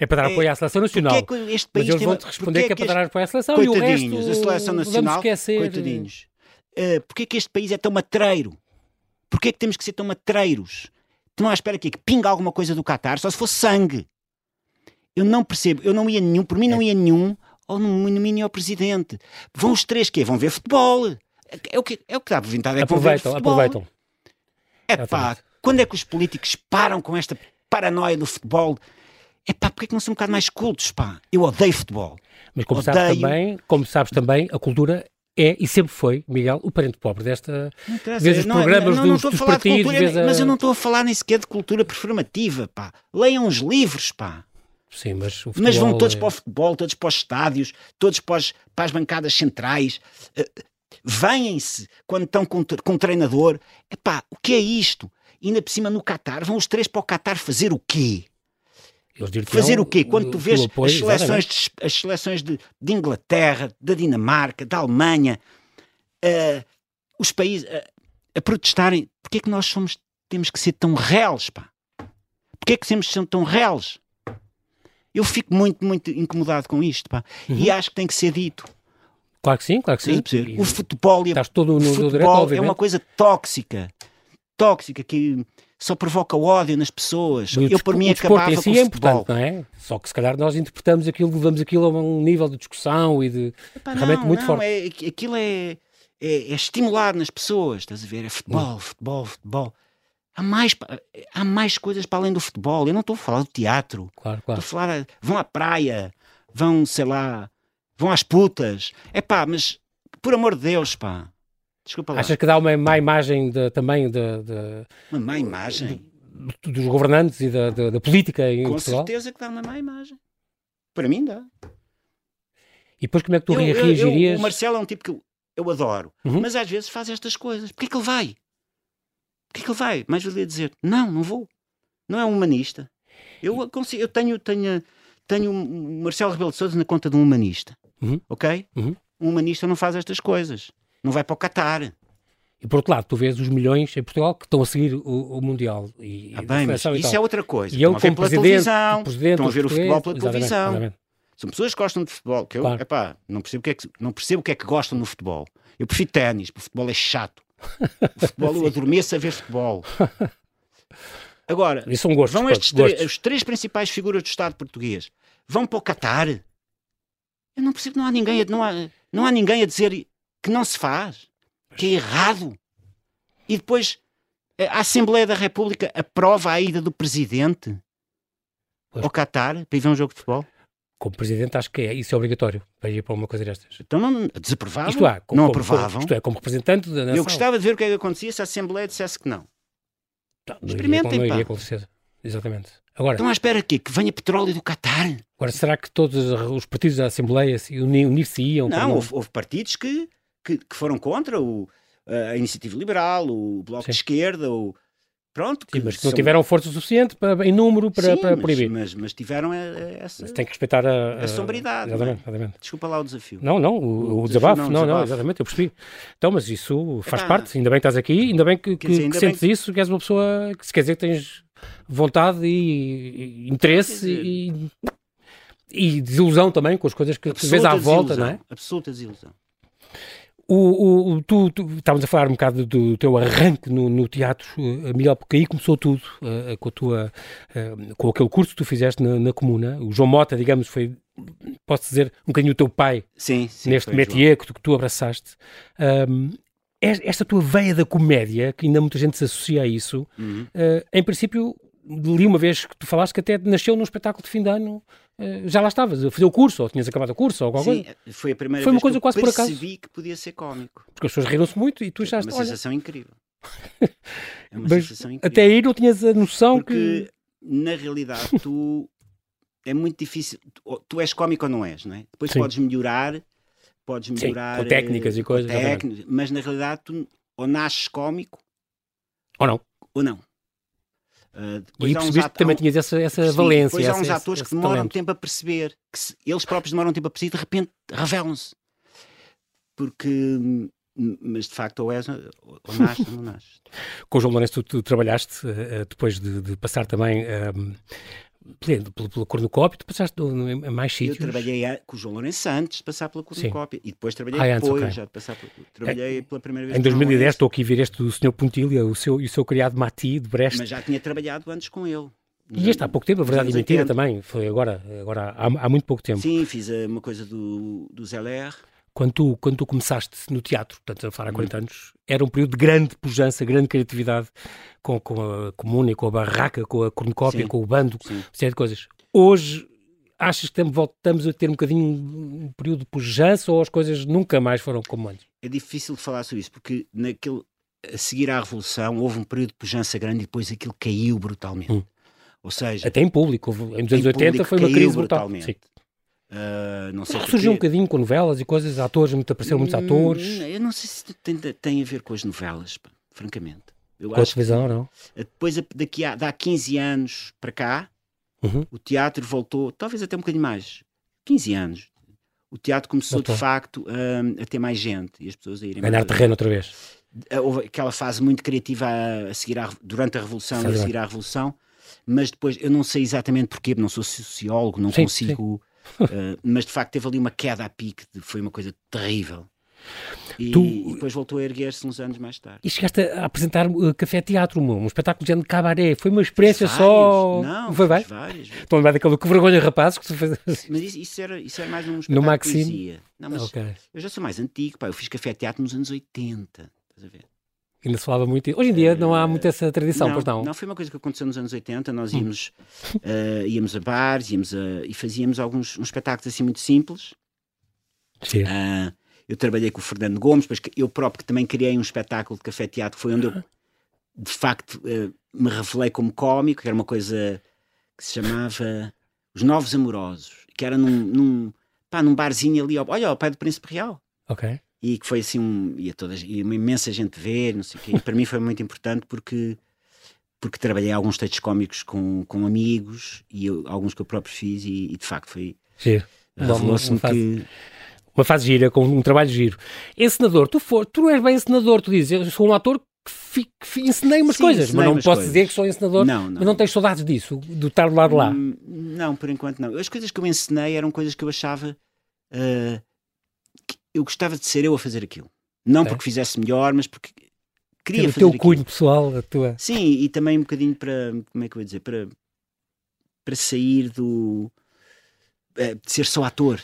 Speaker 1: É para dar
Speaker 2: É,
Speaker 1: apoio à Seleção Nacional.
Speaker 2: Porquê é que este
Speaker 1: Mas
Speaker 2: país
Speaker 1: eles
Speaker 2: tem-
Speaker 1: vão-te responder
Speaker 2: porquê
Speaker 1: que é para
Speaker 2: este-
Speaker 1: dar apoio à Seleção e o
Speaker 2: Coitadinhos,
Speaker 1: resto
Speaker 2: a seleção
Speaker 1: vamos
Speaker 2: nacional.
Speaker 1: esquecer.
Speaker 2: Coitadinhos. Ah, porquê é que este país é tão matreiro? Porquê é que temos que ser tão matreiros? Estão à espera aqui que pinga alguma coisa do Catar, só se fosse sangue. Eu não percebo, eu não ia nenhum, por
Speaker 1: É.
Speaker 2: mim não ia nenhum, ou no mínimo ao presidente. Vão os três quê? Vão ver futebol. É o que, é o que dá por vintado, é que vão ver
Speaker 1: Aproveitam,
Speaker 2: futebol.
Speaker 1: aproveitam.
Speaker 2: É pá,
Speaker 1: Exatamente.
Speaker 2: quando é que os políticos param com esta paranoia do futebol? É pá, porquê é que não são um bocado mais cultos, pá? Eu odeio futebol.
Speaker 1: Mas como sabes,
Speaker 2: Odeio.
Speaker 1: também, como sabes também, a cultura é e sempre foi, Miguel, o parente pobre desta.
Speaker 2: Não interessa,
Speaker 1: Vês os
Speaker 2: não é-
Speaker 1: programas
Speaker 2: não- não
Speaker 1: dos-
Speaker 2: estou a
Speaker 1: dos
Speaker 2: falar de
Speaker 1: partidos,
Speaker 2: cultura,
Speaker 1: vês a-
Speaker 2: Mas eu não estou a falar nem sequer de cultura performativa, pá. Leiam os livros, pá.
Speaker 1: Sim, mas o
Speaker 2: mas vão
Speaker 1: futebol
Speaker 2: todos
Speaker 1: é-
Speaker 2: para o futebol, todos para os estádios, todos para as, para as bancadas centrais. Eh, Vêm-se quando estão com, tre- com treinador. Epá, o que é isto? Ainda por cima no Catar, vão os três para o Catar fazer o quê?
Speaker 1: eles dir-te-ão
Speaker 2: Fazer o quê? Quando tu
Speaker 1: é o
Speaker 2: vês
Speaker 1: teu apoio,
Speaker 2: as seleções,
Speaker 1: exatamente.
Speaker 2: de, as seleções de, de Inglaterra, da Dinamarca, da Alemanha, eh, os países eh, a protestarem, porque é que nós somos, temos que ser tão réus, pá? Porquê é que temos que ser tão réus? Eu fico muito, muito incomodado com isto, pá. E acho que tem que ser dito.
Speaker 1: Claro que sim, claro que Uhum. sim.
Speaker 2: Estás a perceber?
Speaker 1: E
Speaker 2: O futebol e a
Speaker 1: Estás todo no, no
Speaker 2: futebol
Speaker 1: direito,
Speaker 2: é
Speaker 1: obviamente.
Speaker 2: uma coisa tóxica. Tóxica que só provoca ódio nas pessoas.
Speaker 1: E o
Speaker 2: Eu,
Speaker 1: despo-
Speaker 2: por mim,
Speaker 1: o desporto
Speaker 2: acabava
Speaker 1: em
Speaker 2: com
Speaker 1: si
Speaker 2: o
Speaker 1: é
Speaker 2: futebol.
Speaker 1: importante, não é? Só que se calhar nós interpretamos aquilo, levamos aquilo a um nível de discussão e de.
Speaker 2: Epá,
Speaker 1: Realmente
Speaker 2: não,
Speaker 1: muito
Speaker 2: não,
Speaker 1: forte.
Speaker 2: é- aqu- aquilo é, é, é estimular nas pessoas, estás a ver? É futebol,
Speaker 1: Hum.
Speaker 2: futebol, futebol. Há mais, pa- há mais coisas para além do futebol. Eu não estou a falar do teatro.
Speaker 1: Claro,
Speaker 2: Estou a
Speaker 1: claro.
Speaker 2: falar. Vão à praia, vão, sei lá, vão às putas. É pá, mas por amor de Deus, pá. Desculpa lá.
Speaker 1: Achas que dá uma má imagem de- também de- de-
Speaker 2: Uma má imagem.
Speaker 1: dos governantes e da, da- da política em
Speaker 2: Com
Speaker 1: Portugal?
Speaker 2: certeza que dá uma má imagem. Para mim dá.
Speaker 1: E depois como é que tu
Speaker 2: Eu- eu- eu-
Speaker 1: reagirias?
Speaker 2: o Marcelo é um tipo que eu, eu adoro,
Speaker 1: Uhum.
Speaker 2: mas às vezes faz estas coisas. Porquê é que ele vai? Porquê é que ele vai? Mais valia dizer, não, não vou. Não é um humanista. Eu, consigo, eu tenho, tenho, tenho o Marcelo Rebelo de Sousa na conta de um humanista.
Speaker 1: Uhum.
Speaker 2: Ok?
Speaker 1: Uhum.
Speaker 2: Um humanista não faz estas coisas. Não vai para o Catar.
Speaker 1: E por outro lado, tu vês os milhões em Portugal que estão a seguir o, o Mundial. E,
Speaker 2: Ah,
Speaker 1: e da
Speaker 2: bem, mas
Speaker 1: seleção e
Speaker 2: isso
Speaker 1: tal.
Speaker 2: é outra coisa.
Speaker 1: E eu,
Speaker 2: Estão a ver
Speaker 1: como
Speaker 2: pela
Speaker 1: presidente,
Speaker 2: televisão.
Speaker 1: presidente
Speaker 2: estão a ver o
Speaker 1: português,
Speaker 2: futebol pela
Speaker 1: exatamente,
Speaker 2: televisão.
Speaker 1: exatamente.
Speaker 2: São pessoas que gostam de futebol. Que eu,
Speaker 1: Claro.
Speaker 2: epá, não percebo o que é que, não percebo o que é que gostam no futebol. Eu prefiro ténis, porque o futebol é chato. O futebol eu adormeço a ver futebol. Agora,
Speaker 1: E são gostos.
Speaker 2: vão
Speaker 1: pronto,
Speaker 2: estes três,
Speaker 1: gostos.
Speaker 2: os três principais figuras do Estado português vão para o Catar? Eu não percebo, não há ninguém, a- não há, não há ninguém a dizer que não se faz, que é errado. E depois eh, a Assembleia da República aprova a ida do presidente
Speaker 1: Pois.
Speaker 2: ao Catar para ir ver um jogo de futebol.
Speaker 1: Como presidente, acho que é, isso é obrigatório para ir para uma coisa destas.
Speaker 2: Então não desaprovavam,
Speaker 1: Isto é, como,
Speaker 2: não
Speaker 1: como-
Speaker 2: aprovavam.
Speaker 1: isto é, como representante da nação.
Speaker 2: eu gostava de ver o que é que acontecia se a Assembleia dissesse que não.
Speaker 1: Tá, Não, não
Speaker 2: Experimentem,
Speaker 1: iria, não iria
Speaker 2: pá.
Speaker 1: com certeza. Exatamente. Agora,
Speaker 2: Então à espera aqui que venha petróleo do Catar.
Speaker 1: agora, será que todos os partidos da Assembleia se uni- unir-se-iam? para
Speaker 2: Não, houve, houve partidos que, que, que foram contra o, a Iniciativa Liberal, o Bloco de
Speaker 1: Sim.
Speaker 2: Esquerda, o. Pronto,
Speaker 1: Sim, mas que
Speaker 2: são-
Speaker 1: não tiveram força suficiente para- em número para,
Speaker 2: Sim,
Speaker 1: para
Speaker 2: mas,
Speaker 1: proibir.
Speaker 2: Mas, mas tiveram eh, essa.
Speaker 1: Tem que respeitar a,
Speaker 2: a sombridade, não é?
Speaker 1: Exatamente, exatamente.
Speaker 2: Desculpa lá o desafio.
Speaker 1: Não, não, o,
Speaker 2: O
Speaker 1: o
Speaker 2: desafio
Speaker 1: desabafo, não,
Speaker 2: não, o
Speaker 1: não,
Speaker 2: desabafo.
Speaker 1: exatamente, eu percebi. Então, mas isso faz
Speaker 2: Epá.
Speaker 1: parte, ainda bem que estás aqui, ainda bem que, que-
Speaker 2: dizer,
Speaker 1: que
Speaker 2: ainda
Speaker 1: sentes
Speaker 2: bem
Speaker 1: isso, que és uma pessoa que se quer dizer que tens vontade e, e interesse
Speaker 2: Quer dizer-
Speaker 1: e, e desilusão também com as coisas que tu vês à volta, não é?
Speaker 2: Absoluta desilusão.
Speaker 1: O, o- o- tu, tu- estávamos a falar um bocado do teu arranque no, no teatro, eh, Miguel, porque aí começou tudo, eh, eh, com, a tua, eh, com aquele curso que tu fizeste na, na Comuna. O João Mota, digamos, foi, posso dizer, um bocadinho o teu pai
Speaker 2: Sim, sim.
Speaker 1: neste
Speaker 2: foi, João.
Speaker 1: métier que tu, que tu abraçaste. Ahm, es- esta tua veia da comédia, que ainda muita gente se associa a isso,
Speaker 2: Uhum.
Speaker 1: eh, em princípio, li uma vez que tu falaste que até nasceu num espetáculo de fim de ano, eh, já lá estavas, a fazer o curso, ou tinhas acabado o curso, ou alguma
Speaker 2: Sim,
Speaker 1: coisa,
Speaker 2: foi a primeira
Speaker 1: Foi uma
Speaker 2: vez
Speaker 1: coisa
Speaker 2: que
Speaker 1: quase
Speaker 2: eu
Speaker 1: por acaso.
Speaker 2: percebi que podia ser cómico.
Speaker 1: porque as pessoas riram-se muito e tu
Speaker 2: Foi
Speaker 1: achaste,
Speaker 2: É uma
Speaker 1: olha,
Speaker 2: sensação incrível. É uma
Speaker 1: Mas
Speaker 2: sensação incrível.
Speaker 1: Até aí não tinhas a noção que.
Speaker 2: Porque, na realidade, tu é muito difícil. tu- ou- Tu és cómico ou não és, não é? Depois
Speaker 1: Sim.
Speaker 2: podes melhorar, podes
Speaker 1: Sim,
Speaker 2: melhorar.
Speaker 1: com técnicas
Speaker 2: eh,
Speaker 1: e coisas. é exatamente.
Speaker 2: técnicas, mas na realidade tu ou nasces cómico
Speaker 1: Ou não.
Speaker 2: ou não. Ah, depois
Speaker 1: E
Speaker 2: há uns
Speaker 1: percebeste
Speaker 2: ato-
Speaker 1: que também
Speaker 2: há um-
Speaker 1: tinhas essa, essa
Speaker 2: percebi.
Speaker 1: valência.
Speaker 2: Depois há
Speaker 1: essa-
Speaker 2: uns
Speaker 1: esse-
Speaker 2: atores que
Speaker 1: esse
Speaker 2: demoram
Speaker 1: talento.
Speaker 2: tempo a perceber, que se- eles próprios demoram tempo a perceber e de repente revelam-se. Porque, hum, mas de facto, ou és, ou ou nasces ou não nasces.
Speaker 1: Com o João Lourenço, tu, tu trabalhaste eh, eh, depois de, de passar também eh, pelo, pelo, pelo cornucópio, tu passaste no- no- em mais
Speaker 2: Eu
Speaker 1: sítios.
Speaker 2: trabalhei a- com o João Lourenço antes de passar pela cornucópia e depois trabalhei
Speaker 1: Ah, antes,
Speaker 2: depois
Speaker 1: ok. É,
Speaker 2: já de passar pela, trabalhei pela primeira vez
Speaker 1: Em
Speaker 2: com o João
Speaker 1: 2010
Speaker 2: Lourenço,
Speaker 1: estou aqui a ver este do Sr. Pontilha o seu, e o seu criado Mati de Brest.
Speaker 2: mas já tinha trabalhado antes com ele.
Speaker 1: e este há pouco tempo, a
Speaker 2: nos
Speaker 1: verdade e
Speaker 2: anos
Speaker 1: mentira
Speaker 2: 80.
Speaker 1: também. Foi agora, agora há, há muito pouco tempo.
Speaker 2: Sim, fiz eh, uma coisa do, do Zeller.
Speaker 1: Quando tu, quando tu começaste no teatro, portanto, a falar há
Speaker 2: Uhum.
Speaker 1: 40 anos, era um período de grande pujança, grande criatividade, com, com a comuna, e com a barraca, com a cornucópia,
Speaker 2: Sim.
Speaker 1: com o bando,
Speaker 2: Sim.
Speaker 1: série é de coisas. Hoje, achas que tam- voltamos a ter um bocadinho um período de pujança ou as coisas nunca mais foram como antes?
Speaker 2: É difícil de falar sobre isso, porque naquele, a seguir à Revolução houve um período de pujança grande e depois aquilo caiu brutalmente.
Speaker 1: Hum.
Speaker 2: Ou seja,
Speaker 1: Até em público, houve- em 280
Speaker 2: público
Speaker 1: foi uma
Speaker 2: caiu
Speaker 1: crise brutal.
Speaker 2: brutalmente.
Speaker 1: Sim.
Speaker 2: ah, não sei
Speaker 1: Surgiu um
Speaker 2: porquê.
Speaker 1: bocadinho com novelas e coisas, atores, muito- apareceram muitos atores,
Speaker 2: Hum, Eu não sei se tem, tem a ver com as novelas, pá, francamente. Eu
Speaker 1: com a
Speaker 2: acho
Speaker 1: televisão, não?
Speaker 2: Depois, a- daqui a, dá 15 anos para cá,
Speaker 1: Uhum.
Speaker 2: o teatro voltou, talvez até um bocadinho mais, 15 anos. O teatro começou
Speaker 1: Voltou.
Speaker 2: de facto a, a ter mais gente e as pessoas a irem
Speaker 1: Ganhar
Speaker 2: mais-
Speaker 1: terreno outra vez.
Speaker 2: Eh, Houve aquela fase muito criativa a, a seguir à re- durante a Revolução e a
Speaker 1: Exatamente.
Speaker 2: seguir à Revolução, mas depois eu não sei exatamente porquê, não sou sociólogo, não
Speaker 1: Sim,
Speaker 2: consigo. eh, mas de facto teve ali uma queda a pique, de- foi uma coisa terrível. E,
Speaker 1: Tu-
Speaker 2: e depois voltou a erguer-se uns anos mais tarde.
Speaker 1: E chegaste a apresentar uh, Café Teatro, um, um espetáculo de género de cabaré. Foi uma experiência
Speaker 2: Vários,
Speaker 1: só.
Speaker 2: Não,
Speaker 1: foi bem?
Speaker 2: vários,
Speaker 1: Estão a lembrar daquele que vergonha, rapazes, que tu fazes.
Speaker 2: Mas isso, isso era, isso era mais um
Speaker 1: No
Speaker 2: espetáculo
Speaker 1: Maxime?
Speaker 2: de poesia. Não, mas
Speaker 1: Ok.
Speaker 2: eu já sou mais antigo, pá. Eu fiz café-teatro nos anos 80. Estás a ver?
Speaker 1: Ainda se falava muito. Hoje em dia não há
Speaker 2: Eh,
Speaker 1: muito essa tradição, pois não? Hum.
Speaker 2: foi uma coisa que aconteceu nos anos 80. Nós íamos, eh, íamos a bares íamos a- e fazíamos alguns uns espetáculos assim muito simples.
Speaker 1: Sim.
Speaker 2: Ah, eu trabalhei com o Fernando Gomes, depois que- eu próprio que também criei um espetáculo de café-teatro, foi onde eu, de facto, eh, me revelei como cómico, que era uma coisa que se chamava Os Novos Amorosos, que era num, num, pá, num barzinho ali, ao, olha, ao pé do Príncipe Real.
Speaker 1: Ok.
Speaker 2: E que foi assim, um, ia toda, ia uma imensa gente ver, não sei o quê. E para mim foi muito importante porque porque trabalhei alguns textos cómicos com, com amigos e eu- alguns que eu próprio fiz e, e de facto foi
Speaker 1: Giro. Uma- uma-
Speaker 2: revelou-se-me
Speaker 1: uma fase-
Speaker 2: que
Speaker 1: Uma fase gira, com um trabalho giro. Encenador, tu, for, tu não és bem encenador, tu dizes, eu sou um ator que, fi, que fi- encenei umas
Speaker 2: Sim,
Speaker 1: coisas,
Speaker 2: encenei
Speaker 1: mas não
Speaker 2: umas
Speaker 1: posso
Speaker 2: coisas.
Speaker 1: dizer que sou encenador,
Speaker 2: Não,
Speaker 1: mas não tens saudades disso, do estar do lado de lá.
Speaker 2: Hum, Não, por enquanto não. As coisas que eu ensinei eram coisas que eu achava ah, que eu gostava de ser eu a fazer aquilo. Não
Speaker 1: Ok.
Speaker 2: porque fizesse melhor, mas porque queria
Speaker 1: Ter o
Speaker 2: fazer
Speaker 1: teu
Speaker 2: aquilo.
Speaker 1: cunho pessoal, a tua.
Speaker 2: Sim, e também um bocadinho para, como é que eu ia dizer, para, para sair do... eh, de ser só ator.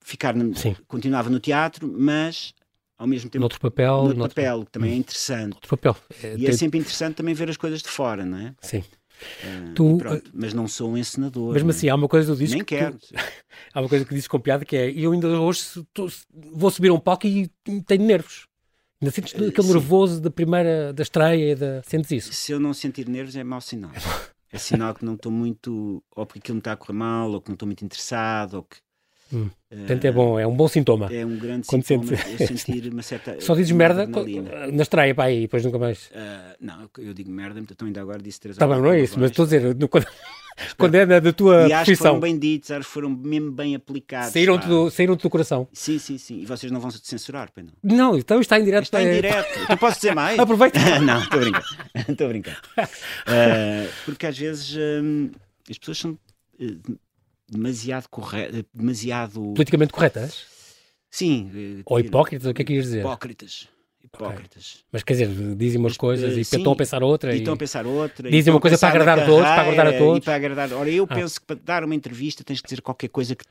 Speaker 2: Ficar, no-
Speaker 1: Sim.
Speaker 2: continuava no teatro, mas ao mesmo tempo
Speaker 1: Noutro papel.
Speaker 2: noutro
Speaker 1: noutro-
Speaker 2: papel, que também é interessante.
Speaker 1: noutro papel. Hum. É,
Speaker 2: E
Speaker 1: tem-
Speaker 2: é sempre interessante também ver as coisas de fora, não é?
Speaker 1: Sim.
Speaker 2: Ah,
Speaker 1: Tu, eh,
Speaker 2: e pronto, mas não sou um encenador.
Speaker 1: Mesmo
Speaker 2: não é?
Speaker 1: assim, há uma coisa que tu dizes
Speaker 2: Nem
Speaker 1: que tu-
Speaker 2: quero.
Speaker 1: há uma coisa que dizes com piada que é, eu ainda hoje se- tô- se- vou subir a um palco e tenho nervos. Ainda sentes
Speaker 2: Eh,
Speaker 1: aquele
Speaker 2: sim.
Speaker 1: nervoso da primeira, da estreia, e da... sentes isso?
Speaker 2: Se eu não sentir nervos é mau sinal. É sinal que não estou muito, ou porque aquilo me está a correr mal, ou que não estou muito interessado, ou que.
Speaker 1: Hum.
Speaker 2: Ah,
Speaker 1: Portanto, é bom, é um bom sintoma.
Speaker 2: É um grande
Speaker 1: Quando
Speaker 2: sintoma
Speaker 1: sentes-
Speaker 2: eu sentir uma certa.
Speaker 1: Só dizes
Speaker 2: uma
Speaker 1: merda
Speaker 2: adrenalina.
Speaker 1: co- na estreia, pá, aí, depois nunca mais.
Speaker 2: Ah, não, eu- eu digo merda, então ainda agora disse três
Speaker 1: Está
Speaker 2: horas
Speaker 1: bem, não é
Speaker 2: de
Speaker 1: isso, mas estou a
Speaker 2: voz.
Speaker 1: dizer, no- quando, quando é da, da tua
Speaker 2: E acho que foram
Speaker 1: profissão,
Speaker 2: bem ditos, acho que foram mesmo bem aplicados.
Speaker 1: saíram-te
Speaker 2: pá.
Speaker 1: do, saíram do coração.
Speaker 2: Sim, sim, sim. E vocês não vão se censurar, pois não.
Speaker 1: Não, então está em direto.
Speaker 2: Está em
Speaker 1: é- Ah,
Speaker 2: direto. Tu posso dizer mais?
Speaker 1: Aproveita.
Speaker 2: não, estou a brincar. Estou a brincar. Eh, porque às vezes hum, as pessoas são eh, demasiado corretas, demasiado.
Speaker 1: Politicamente corretas?
Speaker 2: Sim. eh,
Speaker 1: Ou hipócritas, o que é que ias dizer?
Speaker 2: Hipócritas. Hipócritas.
Speaker 1: Mas quer dizer, dizem umas
Speaker 2: Mas,
Speaker 1: coisas
Speaker 2: eh,
Speaker 1: e
Speaker 2: sim.
Speaker 1: estão a pensar outra.
Speaker 2: E estão a
Speaker 1: E...
Speaker 2: pensar outra. e
Speaker 1: Dizem
Speaker 2: estão
Speaker 1: uma
Speaker 2: a
Speaker 1: coisa para
Speaker 2: pensar na
Speaker 1: agradar a todos, para agradar a
Speaker 2: carreira,
Speaker 1: todos.
Speaker 2: E para agradar. Ora, eu
Speaker 1: Ah.
Speaker 2: penso que para dar uma entrevista tens de dizer qualquer coisa que,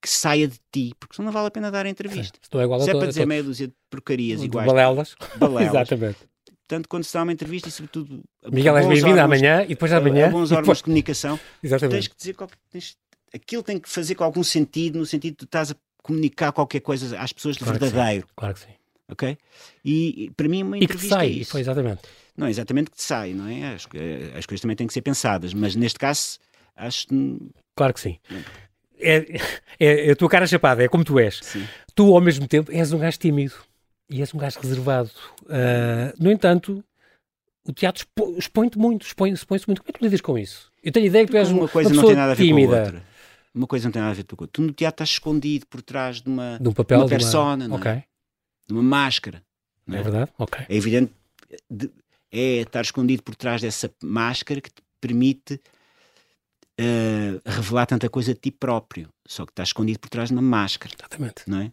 Speaker 2: que saia de ti, porque senão não vale a pena dar a entrevista.
Speaker 1: Se não é igual a
Speaker 2: Se é
Speaker 1: to-
Speaker 2: para
Speaker 1: a
Speaker 2: dizer
Speaker 1: todos.
Speaker 2: meia dúzia de porcarias
Speaker 1: De
Speaker 2: iguais,
Speaker 1: balelas.
Speaker 2: balelas,
Speaker 1: Exatamente.
Speaker 2: Portanto, quando se dá uma entrevista e, sobretudo, a-
Speaker 1: Miguel,
Speaker 2: a
Speaker 1: és
Speaker 2: bons
Speaker 1: bem-vindo
Speaker 2: órgãos-
Speaker 1: amanhã e depois
Speaker 2: a-
Speaker 1: amanhã.
Speaker 2: A bons
Speaker 1: e
Speaker 2: órgãos
Speaker 1: depois-
Speaker 2: de comunicação, tens
Speaker 1: Exatamente.
Speaker 2: que dizer qualquer, tens, aquilo tem que fazer com algum sentido, no sentido de tu estás a comunicar qualquer coisa às pessoas de
Speaker 1: Claro que sim.
Speaker 2: verdadeiro,
Speaker 1: Claro que sim.
Speaker 2: ok? E, e para mim uma
Speaker 1: E que te
Speaker 2: entrevista
Speaker 1: sai.
Speaker 2: é
Speaker 1: e
Speaker 2: isso.
Speaker 1: Foi exatamente.
Speaker 2: Não é exatamente que sai, não é? As, as coisas também têm que ser pensadas, mas neste caso acho que
Speaker 1: Claro que sim. É, é, é a tua cara chapada, é como tu és.
Speaker 2: Sim.
Speaker 1: Tu, ao mesmo tempo, és um gajo tímido e és um gajo reservado. Ah, no entanto, o teatro expo- expõe-te muito, expõe- expõe-se muito. Como é que tu lidas com isso? Eu tenho ideia que tu és
Speaker 2: uma coisa não
Speaker 1: pessoa
Speaker 2: tem nada a ver
Speaker 1: tímida.
Speaker 2: com a outra. Uma coisa não tem nada a ver com a outra. Tu no teatro estás escondido por trás de uma,
Speaker 1: De um papel,
Speaker 2: Uma
Speaker 1: de
Speaker 2: persona, não é?
Speaker 1: Ok,
Speaker 2: de uma máscara. não
Speaker 1: é
Speaker 2: é?
Speaker 1: verdade? Ok.
Speaker 2: É evidente, de- é estar escondido por trás dessa máscara que te permite eh, revelar tanta coisa de ti próprio. Só que estás escondido por trás de uma máscara,
Speaker 1: Exatamente.
Speaker 2: não é?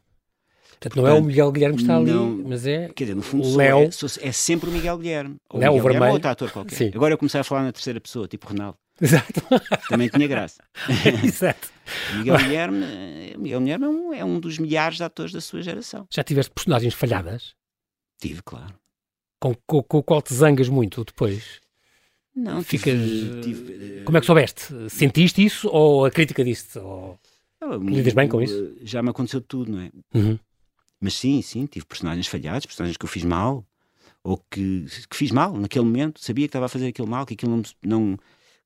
Speaker 1: Portanto, não é o
Speaker 2: Portanto,
Speaker 1: Miguel Guilherme que está ali,
Speaker 2: não-
Speaker 1: mas é...
Speaker 2: Quer dizer, no fundo,
Speaker 1: O
Speaker 2: sou-
Speaker 1: Léo-
Speaker 2: é, sou- é sempre o Miguel Guilherme. Ou
Speaker 1: Não, o
Speaker 2: Miguel Guilherme
Speaker 1: vermelho.
Speaker 2: ou outro ator qualquer.
Speaker 1: Sim.
Speaker 2: Agora eu comecei a falar na terceira pessoa, tipo Ronaldo.
Speaker 1: Exato,
Speaker 2: Também tinha graça.
Speaker 1: exato.
Speaker 2: Miguel Guilherme, eh, Miguel Guilherme é um, é um dos milhares de atores da sua geração.
Speaker 1: Já tiveste personagens falhadas?
Speaker 2: Tive, claro.
Speaker 1: Com, com, com o qual te zangas muito depois?
Speaker 2: Não,
Speaker 1: Ficas,
Speaker 2: tive,
Speaker 1: eh,
Speaker 2: tive, eh,
Speaker 1: Como é que soubeste? Sentiste isso ou a crítica "Oh, disse? Ou...
Speaker 2: ah,
Speaker 1: lidas bem com
Speaker 2: eh,
Speaker 1: isso?
Speaker 2: Já me aconteceu tudo, não é?
Speaker 1: Uhum.
Speaker 2: Mas sim, sim, tive personagens falhados, personagens que eu fiz mal, ou que, que fiz mal naquele momento, sabia que estava a fazer aquilo mal, que aquilo não, não,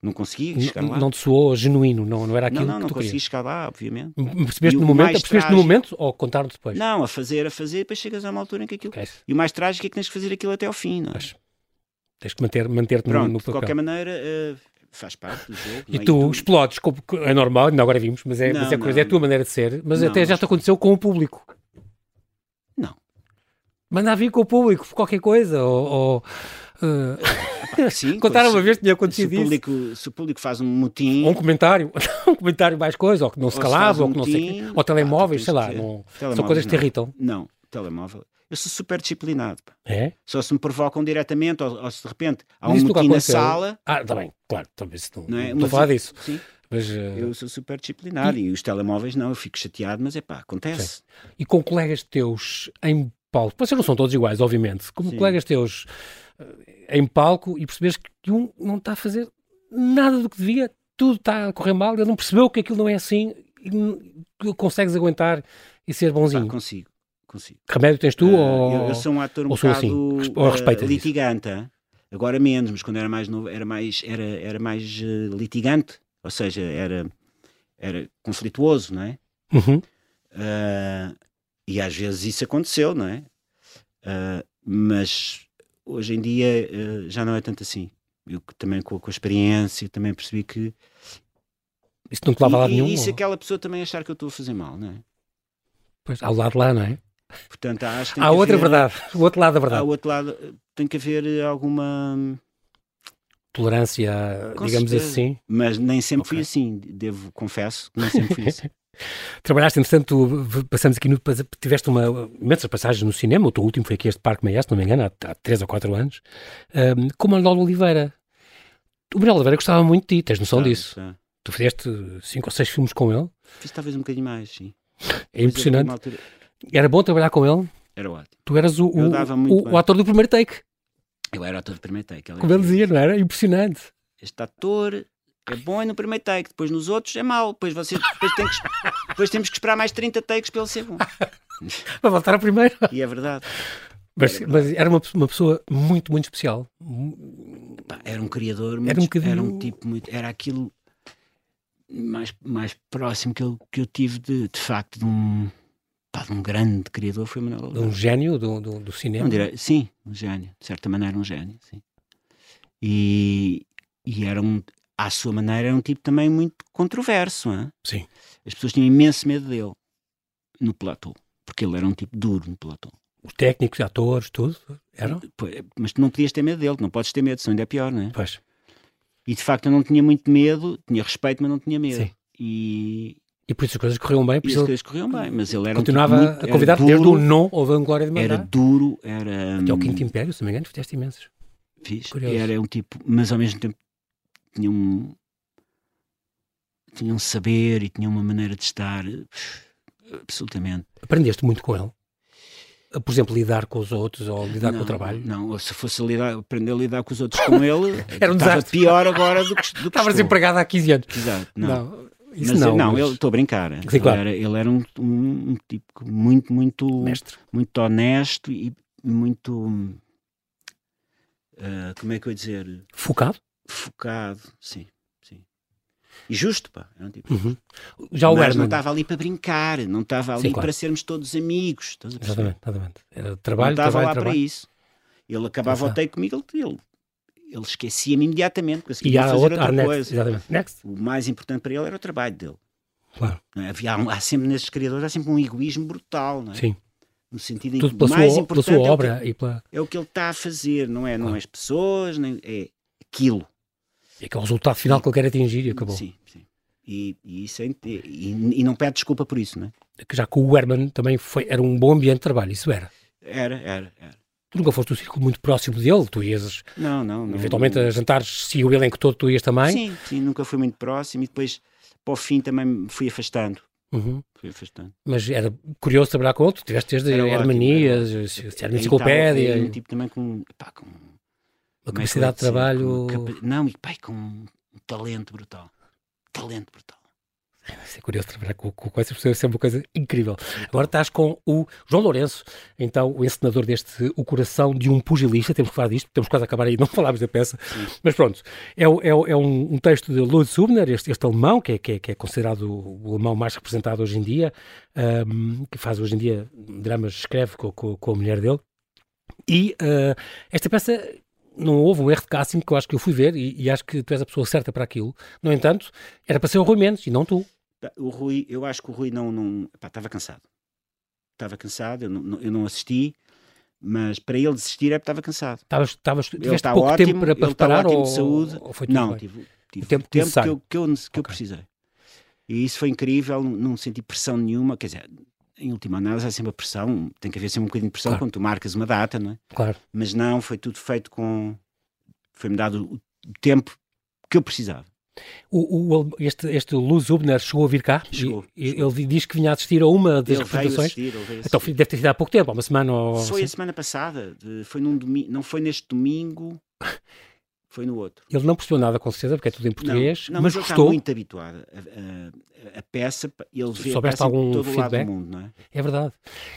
Speaker 2: não conseguia chegar
Speaker 1: N-
Speaker 2: lá.
Speaker 1: Não te soou genuíno, não, não era
Speaker 2: não,
Speaker 1: aquilo
Speaker 2: não,
Speaker 1: que
Speaker 2: não
Speaker 1: tu
Speaker 2: consegui
Speaker 1: querias.
Speaker 2: chegar lá, obviamente.
Speaker 1: M- Percebeste
Speaker 2: E o
Speaker 1: no momento,
Speaker 2: mais
Speaker 1: percebeste no
Speaker 2: trágico- momento
Speaker 1: momento ou contaram-te depois?
Speaker 2: Não, a fazer, a fazer, depois chegas a uma altura em que aquilo.
Speaker 1: Esquece.
Speaker 2: E o mais trágico é que tens que fazer aquilo até ao fim, não é?
Speaker 1: Pois. Tens que manter- manter-te no,
Speaker 2: Pronto,
Speaker 1: no
Speaker 2: de qualquer
Speaker 1: papel.
Speaker 2: maneira, eh, faz parte do jogo.
Speaker 1: E
Speaker 2: não é?
Speaker 1: tu explodes, como- é normal, ainda agora vimos, mas é,
Speaker 2: Não,
Speaker 1: mas é, curioso,
Speaker 2: não,
Speaker 1: é a tua
Speaker 2: não.
Speaker 1: maneira de ser, mas
Speaker 2: Não,
Speaker 1: até já
Speaker 2: mas-
Speaker 1: te aconteceu com o público.
Speaker 2: Não.
Speaker 1: Manda a vir com o público, qualquer coisa, ou... ou, eh,
Speaker 2: Pá, ah, sim,
Speaker 1: contaram
Speaker 2: se-
Speaker 1: uma vez que tinha
Speaker 2: se o,
Speaker 1: acontecido isso.
Speaker 2: público, se o público faz um motim,
Speaker 1: Ou um comentário, um comentário mais coisa, ou que não se
Speaker 2: Ou se
Speaker 1: calava,
Speaker 2: faz um
Speaker 1: ou que não sei o quê,
Speaker 2: motim,
Speaker 1: ou
Speaker 2: pá,
Speaker 1: telemóveis,
Speaker 2: tu tens
Speaker 1: sei lá,
Speaker 2: que-
Speaker 1: não- são
Speaker 2: telemóvel,
Speaker 1: coisas que te
Speaker 2: não. é?
Speaker 1: irritam.
Speaker 2: Não, telemóvel. Eu sou super disciplinado. pá.
Speaker 1: É?
Speaker 2: Só se me provocam diretamente, ou, ou se de repente há um
Speaker 1: Mas isso nunca
Speaker 2: motim na
Speaker 1: aconteceu.
Speaker 2: sala.
Speaker 1: Ah, está bem, claro, talvez não,
Speaker 2: Não
Speaker 1: não
Speaker 2: é?
Speaker 1: estou a
Speaker 2: Mas
Speaker 1: falar
Speaker 2: eu-
Speaker 1: disso,
Speaker 2: Sim,
Speaker 1: mas... eh,
Speaker 2: eu sou super disciplinado. E os telemóveis não, eu fico chateado, mas é pá, acontece.
Speaker 1: e com colegas teus em palco, vocês não são todos iguais, obviamente, como
Speaker 2: Sim.
Speaker 1: colegas teus eh, em palco e perceberes que um não está a fazer nada do que devia, tudo está a correr mal, ele não percebeu que aquilo não é assim e n- tu consegues aguentar e ser
Speaker 2: Pá,
Speaker 1: bonzinho.
Speaker 2: consigo, consigo.
Speaker 1: Que Remédio tens tu
Speaker 2: Ah,
Speaker 1: ou...
Speaker 2: eu, eu sou um ator um
Speaker 1: ou sou assim?
Speaker 2: bocado
Speaker 1: Respe- ou
Speaker 2: ah,
Speaker 1: respeitas isso?
Speaker 2: litigante. ah? Agora menos, mas quando era mais novo era mais, era, era mais eh, litigante, ou seja, era, era conflituoso, não é?
Speaker 1: Uhum.
Speaker 2: Ah, e às vezes isso aconteceu, não é? Ah, mas hoje em dia ah, já não é tanto assim. Eu que também com, com a experiência também percebi que.
Speaker 1: Isso não te lava a lado
Speaker 2: e, é
Speaker 1: nenhum?
Speaker 2: e se
Speaker 1: ou-
Speaker 2: aquela pessoa também achar que eu estou a fazer mal, não é?
Speaker 1: Pois, ao lado lá, não é?
Speaker 2: Portanto, acho que tem
Speaker 1: Há
Speaker 2: que
Speaker 1: outra
Speaker 2: haver,
Speaker 1: verdade, o outro lado da
Speaker 2: Há
Speaker 1: verdade.
Speaker 2: outro lado, eh, tem que haver eh, alguma.
Speaker 1: Tolerância,
Speaker 2: Com
Speaker 1: digamos
Speaker 2: certeza.
Speaker 1: assim.
Speaker 2: Mas nem sempre fui
Speaker 1: Ok.
Speaker 2: assim, devo, confesso, que nem sempre fui assim.
Speaker 1: Trabalhaste, entretanto, v- passamos aqui, no, pas- tiveste uma imensas passagens no cinema, o teu último foi aqui este Parque Maiá, se não me engano, há, há 3 ou 4 anos, ahm, com o Manuel Oliveira. O Manuel Oliveira gostava muito de ti, tens noção
Speaker 2: Tá,
Speaker 1: disso.
Speaker 2: tá.
Speaker 1: Tu fizeste 5 ou 6 filmes com ele,
Speaker 2: Fiz talvez um bocadinho mais, sim.
Speaker 1: é
Speaker 2: Mas houve
Speaker 1: impressionante.
Speaker 2: uma altura-
Speaker 1: Era bom trabalhar com ele,
Speaker 2: Era ótimo.
Speaker 1: tu eras o, o,
Speaker 2: Eu dava muito
Speaker 1: o- o
Speaker 2: bem.
Speaker 1: ator do primeiro take,
Speaker 2: Eu era ator de primeiro take. ela
Speaker 1: como ele
Speaker 2: dizia.
Speaker 1: dizia, não era? Impressionante.
Speaker 2: este ator é bom e no primeiro take, depois nos outros é mau, depois, você, depois, tem que es- depois temos que esperar mais 30 takes para ele ser bom.
Speaker 1: Vai voltar ao primeiro.
Speaker 2: E é verdade. É
Speaker 1: Mas, mas era uma, pe- uma pessoa muito, muito especial.
Speaker 2: Pá, era um criador, muito,
Speaker 1: Era
Speaker 2: era
Speaker 1: um
Speaker 2: um,
Speaker 1: bocadinho-
Speaker 2: tipo muito. Era aquilo mais, mais próximo que eu, que eu tive de, de facto de um, pá, de um grande criador foi o Manuel
Speaker 1: De
Speaker 2: Oliveira.
Speaker 1: um gênio do, do, do
Speaker 2: Uhum. Não
Speaker 1: cinema.
Speaker 2: direi- sim, um gênio, de certa maneira um gênio, sim. E, e era um, à sua maneira, era um tipo também muito controverso. hã?
Speaker 1: Sim.
Speaker 2: As pessoas tinham imenso medo dele no platô, porque ele era um tipo duro no platô.
Speaker 1: Os técnicos, atores, tudo, eram?
Speaker 2: Pô, é, Mas tu não podias ter medo dele, tu não podes ter medo, senão ainda é pior, não é?
Speaker 1: Pois.
Speaker 2: E de facto eu não tinha muito medo, tinha respeito, mas não tinha medo.
Speaker 1: Sim.
Speaker 2: E,
Speaker 1: E por isso as coisas corriam bem,
Speaker 2: e
Speaker 1: por
Speaker 2: as
Speaker 1: isso ele
Speaker 2: coisas corriam bem, mas ele era
Speaker 1: continuava
Speaker 2: um tipo muito,
Speaker 1: a convidar
Speaker 2: era
Speaker 1: desde o
Speaker 2: duro,
Speaker 1: não ao Vanglória de
Speaker 2: era
Speaker 1: Mandar.
Speaker 2: duro, era
Speaker 1: Até ao Quinto Império, se não me engano, fizeste imensos.
Speaker 2: Fiz.
Speaker 1: Curioso.
Speaker 2: Era um tipo, mas ao mesmo tempo tinha um tinha um saber e tinha uma maneira de estar eh, absolutamente.
Speaker 1: Aprendeste muito com ele. A, Por exemplo, lidar com os outros ou lidar com
Speaker 2: Não,
Speaker 1: o trabalho.
Speaker 2: Não, ou se fosse lidar, aprender a lidar com os outros com ele,
Speaker 1: Era um
Speaker 2: estava
Speaker 1: desastre.
Speaker 2: pior agora do que do que
Speaker 1: Estavas
Speaker 2: estou.
Speaker 1: empregado há 15 anos.
Speaker 2: Exato, não.
Speaker 1: Não, isso
Speaker 2: Mas, eh,
Speaker 1: não.
Speaker 2: não,
Speaker 1: mas
Speaker 2: ele estou a brincar. eh.
Speaker 1: Sim, claro.
Speaker 2: ele, era, ele era um, um- um tipo muito, muito,
Speaker 1: Mestre.
Speaker 2: muito honesto e muito ah, como é que eu ia dizer?
Speaker 1: Focado?
Speaker 2: Focado, sim, sim. E justo, pá. Era um tipo.
Speaker 1: Uhum. Já o
Speaker 2: Mas não tá
Speaker 1: Herman.
Speaker 2: estava ali para brincar, não estava ali
Speaker 1: Sim, claro.
Speaker 2: para sermos todos amigos. Estás a perceber?
Speaker 1: Exatamente, exatamente. Era
Speaker 2: não
Speaker 1: trabalho,
Speaker 2: estava lá
Speaker 1: trabalho,
Speaker 2: para
Speaker 1: trabalho.
Speaker 2: isso. Ele acabava
Speaker 1: Exato.
Speaker 2: o take comigo, ele, ele, ele esquecia-me imediatamente,
Speaker 1: E
Speaker 2: conseguia
Speaker 1: há
Speaker 2: fazer
Speaker 1: outra,
Speaker 2: outra,
Speaker 1: há next,
Speaker 2: coisa.
Speaker 1: exatamente. Next,
Speaker 2: O mais importante para ele era o trabalho dele.
Speaker 1: claro,
Speaker 2: não é? Havia, há sempre nesses criadores, há sempre um egoísmo brutal, não é?
Speaker 1: sim.
Speaker 2: No sentido em
Speaker 1: Tudo
Speaker 2: que o
Speaker 1: pela
Speaker 2: mais
Speaker 1: sua, pela
Speaker 2: importante
Speaker 1: sua
Speaker 2: é o que-
Speaker 1: obra e pela...
Speaker 2: é o que ele está a fazer, não é? Não
Speaker 1: Claro.
Speaker 2: é as pessoas, nem, é aquilo.
Speaker 1: E que é o resultado final que ele quer atingir e acabou.
Speaker 2: Sim, sim. E, e isso é inte- e- e não pede desculpa por isso, não é?
Speaker 1: Que já com o Herman também foi, era um bom ambiente de trabalho, isso era.
Speaker 2: Era, era, era.
Speaker 1: Tu nunca foste um círculo muito próximo dele, tu ias
Speaker 2: Não, não, não.
Speaker 1: eventualmente a jantares, se o elenco todo tu ias também.
Speaker 2: Sim, sim, nunca fui muito próximo e depois para o fim também me fui afastando.
Speaker 1: Uhum.
Speaker 2: Fui afastando.
Speaker 1: Mas era curioso trabalhar com ele, tu tiveste desde
Speaker 2: Era ótimo,
Speaker 1: Hermanias, se era uma
Speaker 2: Aí
Speaker 1: enciclopédia,
Speaker 2: tal, aí um
Speaker 1: uma
Speaker 2: tipo também com, pá, com como é que eu ia
Speaker 1: capacidade de
Speaker 2: dizer?
Speaker 1: trabalho.
Speaker 2: Com capa- Não, e pai, com um talento brutal. Talento brutal.
Speaker 1: Isso é curioso trabalhar com, com, com essas pessoas, isso é uma coisa incrível. Agora estás com o João Lourenço, então o encenador deste O Coração de um Pugilista, temos que falar disto, temos quase a acabar aí, não falámos da peça, mas pronto, é, o- é, o- é um, um texto de Lud Subner, este, este alemão, que é, que, é, que é considerado o alemão mais representado hoje em dia, ahm, que faz hoje em dia dramas, escreve com, com, com a mulher dele, e ah, esta peça... Não houve um erro de casting que eu acho que eu fui ver e, e acho que tu és a pessoa certa para aquilo. No entanto, era para ser o Rui Mendes e não tu.
Speaker 2: Pá, Tá, O Rui, eu acho que o Rui não. não pá, estava cansado. Estava cansado, eu não, não- eu não assisti, mas para ele desistir é porque estava cansado.
Speaker 1: Estavas, estavas, tiveste
Speaker 2: está
Speaker 1: pouco
Speaker 2: tá ótimo,
Speaker 1: tempo para, para
Speaker 2: ele está
Speaker 1: preparar
Speaker 2: ótimo
Speaker 1: ou,
Speaker 2: de saúde.
Speaker 1: ou foi tudo
Speaker 2: não, tipo-
Speaker 1: bem?
Speaker 2: tive, tive
Speaker 1: O tempo
Speaker 2: que,
Speaker 1: necessário.
Speaker 2: eu, que, eu, que eu
Speaker 1: Ok.
Speaker 2: precisei. E isso foi incrível, não, não senti pressão nenhuma. Quer dizer, em última análise há sempre a pressão, tem que haver sempre um bocadinho de pressão
Speaker 1: Claro.
Speaker 2: quando tu marcas uma data, não é?
Speaker 1: Claro,
Speaker 2: Mas não, foi tudo feito com. Foi-me dado o o tempo que eu precisava.
Speaker 1: o, o al- este, este Luz Ubner chegou a vir cá e-
Speaker 2: Chegou,
Speaker 1: e,
Speaker 2: chegou.
Speaker 1: Ele diz que vinha assistir a uma das
Speaker 2: Ele veio
Speaker 1: representações.
Speaker 2: assistir, ele veio
Speaker 1: Então
Speaker 2: assistir.
Speaker 1: deve ter sido há pouco tempo, há uma semana ou
Speaker 2: Foi a
Speaker 1: assim.
Speaker 2: semana passada, de- foi num domingo, não foi neste domingo, foi no outro.
Speaker 1: Ele não percebeu nada com certeza, porque é tudo em português,
Speaker 2: não, não,
Speaker 1: mas
Speaker 2: ele
Speaker 1: gostou.
Speaker 2: está muito habituado a, a- a peça, ele vê a
Speaker 1: Soubeste
Speaker 2: peça em
Speaker 1: algum
Speaker 2: todo o lado
Speaker 1: feedback?
Speaker 2: do mundo, não é?
Speaker 1: É verdade.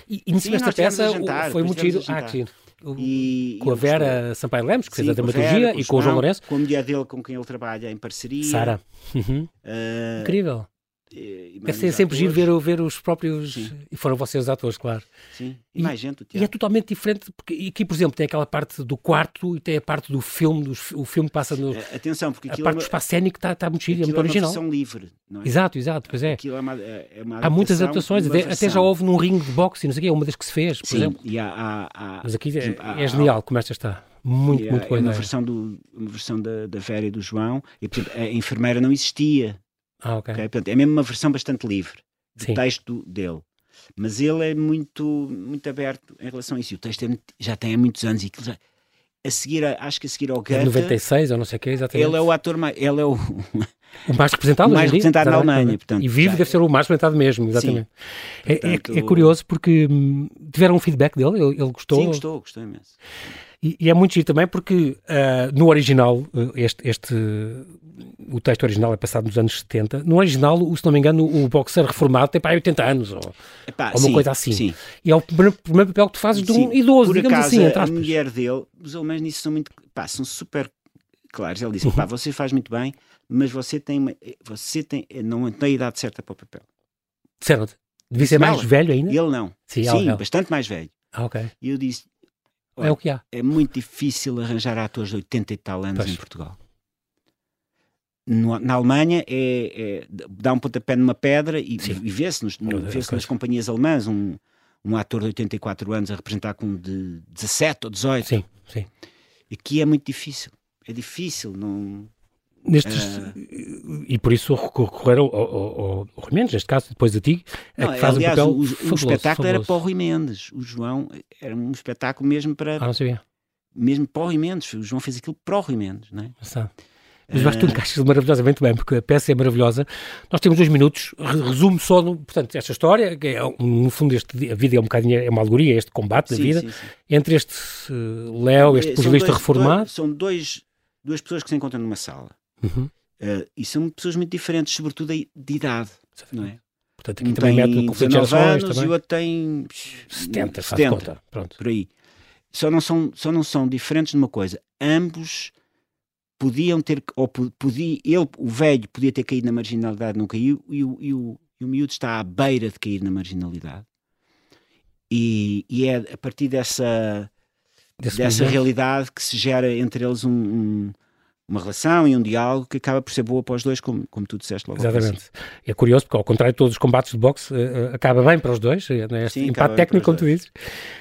Speaker 1: E, e nisso
Speaker 2: Sim,
Speaker 1: nesta
Speaker 2: nós tivemos
Speaker 1: peça
Speaker 2: a
Speaker 1: o-
Speaker 2: jantar,
Speaker 1: foi
Speaker 2: depois
Speaker 1: muito giro.
Speaker 2: tivemos a
Speaker 1: Ah, que
Speaker 2: jantar.
Speaker 1: giro. O- com
Speaker 2: E,
Speaker 1: a
Speaker 2: e ele gostou.
Speaker 1: Vera Sampaio Lemos, que fez
Speaker 2: Sim,
Speaker 1: a
Speaker 2: com a
Speaker 1: dramaturgia,
Speaker 2: Vera,
Speaker 1: e com o João
Speaker 2: Simão,
Speaker 1: Lourenço.
Speaker 2: Com a mulher dele, com quem ele trabalha em parceria.
Speaker 1: Sara. Uhum.
Speaker 2: eh,
Speaker 1: Incrível.
Speaker 2: e- e mais
Speaker 1: É ser
Speaker 2: uns
Speaker 1: sempre giro ver,
Speaker 2: atores,
Speaker 1: o- ver os próprios.
Speaker 2: Sim.
Speaker 1: E foram vocês os atores, claro.
Speaker 2: Sim, e, mais gente,
Speaker 1: E
Speaker 2: o
Speaker 1: é
Speaker 2: teatro.
Speaker 1: totalmente diferente, porque e aqui, por exemplo, tem aquela parte do quarto e tem a parte do filme, dos- o filme passa no.
Speaker 2: Eh, Atenção, porque
Speaker 1: a
Speaker 2: aquilo é
Speaker 1: parte
Speaker 2: uma,
Speaker 1: do espaço cénico está tá muito giro, é muito
Speaker 2: aquilo é uma
Speaker 1: original.
Speaker 2: versão livre, não é?
Speaker 1: Exato, exato, pois é.
Speaker 2: Aquilo é uma, é uma
Speaker 1: Há muitas
Speaker 2: adaptação
Speaker 1: adaptações,
Speaker 2: de uma
Speaker 1: até, até já
Speaker 2: versão.
Speaker 1: houve num ringue de boxe e não sei o quê, é uma das que se fez, por
Speaker 2: Sim,
Speaker 1: exemplo.
Speaker 2: e há- há- há-
Speaker 1: Mas aqui é,
Speaker 2: há-
Speaker 1: é
Speaker 2: há-
Speaker 1: genial como esta está. Muito,
Speaker 2: E há-
Speaker 1: muito boa
Speaker 2: é uma
Speaker 1: ideia.
Speaker 2: versão, do, uma versão da, da Vera e do João, e por exemplo, a enfermeira não existia.
Speaker 1: Ah, ok.
Speaker 2: ok? Portanto, é mesmo uma versão bastante livre do
Speaker 1: Sim.
Speaker 2: texto dele. Mas ele é muito, muito aberto em relação a isso. E o texto é muito- já tem há muitos anos. E aquilo já- a seguir, a- acho que a seguir ao
Speaker 1: É de
Speaker 2: Goethe,
Speaker 1: 96 ou não sei o quê, exatamente.
Speaker 2: ele é o ator mais. Ele é o,
Speaker 1: o mais representado,
Speaker 2: o
Speaker 1: hoje
Speaker 2: mais
Speaker 1: em dia,
Speaker 2: representado na
Speaker 1: exatamente.
Speaker 2: Alemanha, portanto,
Speaker 1: e vive
Speaker 2: já-
Speaker 1: deve ser o mais representado mesmo, exatamente. É- é- é,
Speaker 2: portanto-
Speaker 1: curioso porque hum, tiveram um feedback dele, ele, ele gostou.
Speaker 2: Sim, gostou, gostou imenso.
Speaker 1: E, e é muito giro também porque ah, no original, ah, este, este, o texto original é passado nos anos 70, no original, o- se não me engano, o boxer reformado tem para aí 80 anos, ou,
Speaker 2: Epá,
Speaker 1: ou uma
Speaker 2: sim,
Speaker 1: coisa assim.
Speaker 2: Sim.
Speaker 1: E é o primeiro, primeiro papel que tu fazes de um
Speaker 2: Sim,
Speaker 1: idoso,
Speaker 2: por
Speaker 1: digamos
Speaker 2: acaso,
Speaker 1: assim, entre
Speaker 2: a
Speaker 1: aspas.
Speaker 2: mulher dele, os alemães nisso são muito, pá, são super claros. Ele
Speaker 1: Uhum.
Speaker 2: disse, pá, você faz muito bem, mas você tem, uma- você tem, não tem a idade certa para o papel.
Speaker 1: Disseram-te, devia ser mais
Speaker 2: Ela.
Speaker 1: velho ainda?
Speaker 2: E ele não.
Speaker 1: Sim,
Speaker 2: Sim,
Speaker 1: ela, ela.
Speaker 2: bastante mais velho.
Speaker 1: Ah, ok.
Speaker 2: E eu disse,
Speaker 1: É o que há.
Speaker 2: é muito difícil arranjar atores de 80 e tal anos
Speaker 1: Pois.
Speaker 2: em Portugal. No- na Alemanha é, é- dá um pontapé numa pedra e,
Speaker 1: Sim.
Speaker 2: e vê-se nos-
Speaker 1: Outra
Speaker 2: vê-se
Speaker 1: coisa.
Speaker 2: nas companhias alemãs um, um ator de 84 anos a representar com um de 17 ou 18.
Speaker 1: Sim, sim.
Speaker 2: Aqui é muito difícil. É difícil, não.
Speaker 1: Nestes,
Speaker 2: ah,
Speaker 1: E por isso recor- recorreram ao, ao, ao, ao Rui Mendes, neste caso, depois de ti, é
Speaker 2: Não,
Speaker 1: que faz
Speaker 2: aliás,
Speaker 1: um papel
Speaker 2: o, o
Speaker 1: fabuloso,
Speaker 2: espetáculo era
Speaker 1: fabuloso.
Speaker 2: para o Rui Mendes. O João era um espetáculo mesmo para,
Speaker 1: Ah, não sabia.
Speaker 2: mesmo para o Rui Mendes. O João fez aquilo para o Rui Mendes, não é?
Speaker 1: Sabe? Mas eu acho que tu
Speaker 2: Eh.
Speaker 1: encaixas maravilhosamente bem, porque a peça é maravilhosa. Nós temos dois minutos, re- resumo só, no, portanto, esta história, que é, um- no fundo, este, di- a vida é um bocadinho, é uma alegoria, este combate da
Speaker 2: Sim,
Speaker 1: vida,
Speaker 2: sim, sim.
Speaker 1: entre este eh, Léo, este
Speaker 2: Eh, são
Speaker 1: pugilista
Speaker 2: dois-
Speaker 1: reformado,
Speaker 2: dois- são dois, duas pessoas que se encontram numa sala.
Speaker 1: Uhum.
Speaker 2: Eh, e são pessoas muito diferentes, sobretudo aí de idade, não é?
Speaker 1: portanto, aqui
Speaker 2: Um
Speaker 1: também mete o
Speaker 2: tem
Speaker 1: conflito de
Speaker 2: 19
Speaker 1: gerações,
Speaker 2: anos e
Speaker 1: também,
Speaker 2: o outro tem
Speaker 1: 70, faz
Speaker 2: 70,
Speaker 1: conta, pronto.
Speaker 2: por aí. Só não são, só não são diferentes numa coisa. Ambos podiam ter, ou podia, ele, o velho, podia ter caído na marginalidade, não caiu, e o, e o, e o miúdo está à beira de cair na marginalidade. E, e é a partir dessa,
Speaker 1: Desse
Speaker 2: dessa
Speaker 1: momento.
Speaker 2: realidade que se gera entre eles um- um- uma relação e um diálogo que acaba por ser boa para os dois, como, como tu disseste logo. ao
Speaker 1: Exatamente.
Speaker 2: assim.
Speaker 1: É curioso porque, ao contrário de todos os combates de boxe, eh, eh, acaba bem para os dois, eh, né, este
Speaker 2: Sim,
Speaker 1: empate
Speaker 2: acaba bem
Speaker 1: técnico,
Speaker 2: para
Speaker 1: como
Speaker 2: os
Speaker 1: tu dizes.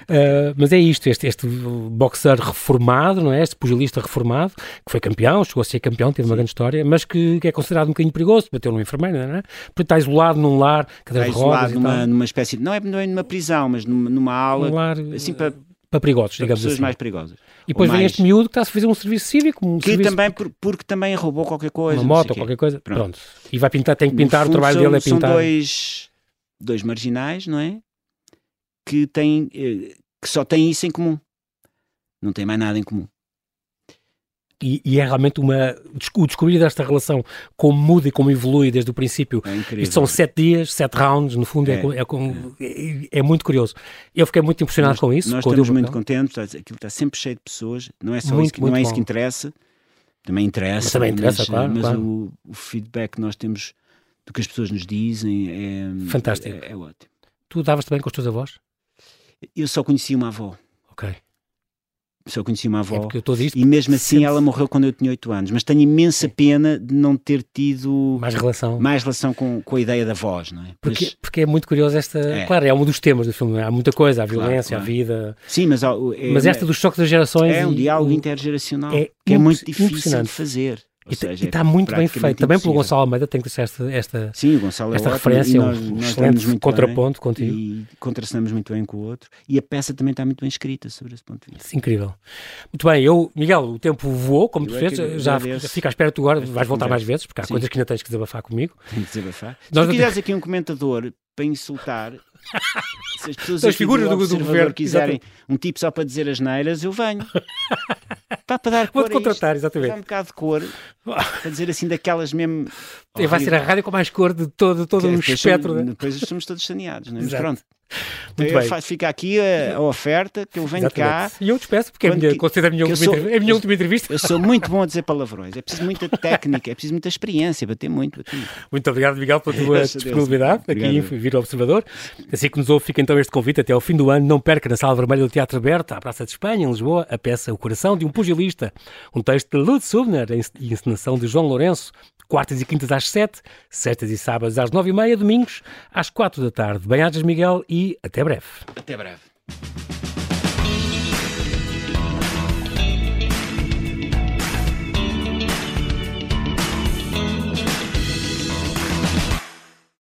Speaker 1: Eh, mas é isto, este, este boxer reformado, não é? este pugilista reformado, que foi campeão, chegou a ser campeão, teve uma grande história, mas que, que é considerado um bocadinho perigoso, bateu num enfermeiro, não é? Porque está isolado num lar,
Speaker 2: princípio. Está
Speaker 1: cadeiras de rodas
Speaker 2: Tá isolado
Speaker 1: e
Speaker 2: numa,
Speaker 1: tal.
Speaker 2: numa espécie de, não é, não é numa prisão, mas numa, numa aula,
Speaker 1: Um lar
Speaker 2: assim
Speaker 1: eh,
Speaker 2: para,
Speaker 1: para,
Speaker 2: para
Speaker 1: perigosos, digamos
Speaker 2: pessoas
Speaker 1: assim.
Speaker 2: mais perigosas.
Speaker 1: E depois
Speaker 2: Ou
Speaker 1: vem
Speaker 2: mais.
Speaker 1: este miúdo que está a fazer um serviço cívico, um
Speaker 2: Que
Speaker 1: serviço
Speaker 2: também, por- porque também roubou qualquer coisa.
Speaker 1: uma
Speaker 2: não sei
Speaker 1: moto ou
Speaker 2: quê.
Speaker 1: qualquer coisa. Pronto.
Speaker 2: Pronto.
Speaker 1: E vai pintar, tem que
Speaker 2: No
Speaker 1: pintar, o
Speaker 2: fundo,
Speaker 1: trabalho
Speaker 2: são,
Speaker 1: dele é pintar.
Speaker 2: São dois, dois marginais, não é? Que, têm, eh, que só têm isso em comum. Não têm mais nada em comum.
Speaker 1: E, e é realmente uma. O descobrir desta relação, como muda e como evolui desde o princípio.
Speaker 2: É incrível.
Speaker 1: Isto são sete dias, sete rounds, no fundo, é,
Speaker 2: É.
Speaker 1: com- é, com- é- é muito curioso. Eu fiquei muito impressionado com isso.
Speaker 2: Nós
Speaker 1: com o
Speaker 2: estamos
Speaker 1: Diogo
Speaker 2: muito
Speaker 1: Bacalhau.
Speaker 2: contentes, está- aquilo está sempre cheio de pessoas, não é só
Speaker 1: Muito,
Speaker 2: isso que, não
Speaker 1: muito
Speaker 2: é isso que
Speaker 1: bom.
Speaker 2: interessa, também interessa,
Speaker 1: Mas também interessa,
Speaker 2: mas,
Speaker 1: claro,
Speaker 2: mas
Speaker 1: claro.
Speaker 2: O, o feedback que nós temos do que as pessoas nos dizem é
Speaker 1: Fantástico.
Speaker 2: É, é ótimo.
Speaker 1: Tu davas também com os teus avós?
Speaker 2: Eu só conheci uma avó,
Speaker 1: Ok.
Speaker 2: só conheci uma
Speaker 1: É
Speaker 2: avó.
Speaker 1: porque eu estou a dizer isto.
Speaker 2: E mesmo assim
Speaker 1: Sempre-
Speaker 2: ela morreu quando eu tinha 8 anos, mas tenho imensa pena de não ter tido
Speaker 1: Mais relação.
Speaker 2: mais relação com, com a ideia da voz, não é?
Speaker 1: Porque,
Speaker 2: Mas-
Speaker 1: porque é muito curioso esta.
Speaker 2: É.
Speaker 1: Claro, é um dos temas do filme. não é? Há muita coisa, há
Speaker 2: Claro,
Speaker 1: violência,
Speaker 2: claro.
Speaker 1: há vida.
Speaker 2: sim, mas, há- o- é,
Speaker 1: Mas esta dos choques das gerações.
Speaker 2: é um
Speaker 1: e-
Speaker 2: diálogo
Speaker 1: o-
Speaker 2: intergeracional
Speaker 1: é
Speaker 2: que é muito
Speaker 1: imp-
Speaker 2: difícil
Speaker 1: impressionante.
Speaker 2: de fazer. Ou
Speaker 1: E tá te-
Speaker 2: seja,
Speaker 1: e
Speaker 2: é
Speaker 1: está muito bem feito.
Speaker 2: praticamente
Speaker 1: Também pelo
Speaker 2: impossível.
Speaker 1: Gonçalo Almeida, tenho que deixar esta, esta,
Speaker 2: Sim, o Gonçalo
Speaker 1: esta
Speaker 2: é ótimo,
Speaker 1: referência,
Speaker 2: e
Speaker 1: é
Speaker 2: nós,
Speaker 1: um
Speaker 2: nós damos
Speaker 1: excelente
Speaker 2: muito
Speaker 1: contraponto contigo.
Speaker 2: bem, e contrastamos muito bem com o outro e a peça também está muito bem escrita sobre esse ponto de vista.
Speaker 1: Isso é incrível. Muito bem, eu, Miguel, o tempo voou, como
Speaker 2: Eu
Speaker 1: tu
Speaker 2: é
Speaker 1: fez,
Speaker 2: que agradeço
Speaker 1: já fico- fico à espera que tu agora
Speaker 2: esta
Speaker 1: vais voltar mais
Speaker 2: conversa.
Speaker 1: vezes, porque há
Speaker 2: Sim.
Speaker 1: coisas que ainda tens que desabafar comigo.
Speaker 2: Tenho que desabafar. Se
Speaker 1: Nós
Speaker 2: tu
Speaker 1: não
Speaker 2: quiseres aqui um comentador para insultar, se as pessoas
Speaker 1: Das
Speaker 2: aqui
Speaker 1: figuras do- do
Speaker 2: Observador
Speaker 1: governo,
Speaker 2: quiserem um tipo só para dizer as neiras, eu venho. Pá, para dar cor
Speaker 1: Vou-te
Speaker 2: a
Speaker 1: contratar,
Speaker 2: isto, dar um
Speaker 1: exatamente.
Speaker 2: bocado de cor, para dizer assim daquelas mesmo.
Speaker 1: Vai ser a rádio com mais cor de todo, todo o
Speaker 2: Depois
Speaker 1: espectro.
Speaker 2: somos-
Speaker 1: né?
Speaker 2: Depois somos todos saneados, não é? Mas
Speaker 1: Exato.
Speaker 2: pronto. Então
Speaker 1: Muito
Speaker 2: eu
Speaker 1: bem.
Speaker 2: faço- fica aqui a, a oferta que eu venho cá.
Speaker 1: Exatamente. E eu despeço, porque é a
Speaker 2: Quando
Speaker 1: minha,
Speaker 2: que-
Speaker 1: considero a minha,
Speaker 2: que eu
Speaker 1: última,
Speaker 2: sou-
Speaker 1: entrevista, é a minha
Speaker 2: eu-
Speaker 1: última entrevista.
Speaker 2: Eu sou muito bom a dizer palavrões. É preciso muita técnica, é preciso muita experiência, bater muito. Bater muito.
Speaker 1: Muito obrigado, Miguel, pela tua
Speaker 2: Graças a Deus.
Speaker 1: disponibilidade aqui
Speaker 2: Obrigado.
Speaker 1: em Vir ao Observador. Assim que nos ouve, fica então este convite até ao fim do ano. Não perca na Sala Vermelha do Teatro Aberto, à Praça de Espanha, em Lisboa, a peça O Coração de um Pugilista, um texto de Lud Subner e encenação de João Lourenço, quartas e quintas às sete, sextas e sábados às nove e meia, domingos às quatro da tarde. Bem-ajas, Miguel, e até breve.
Speaker 2: Até breve.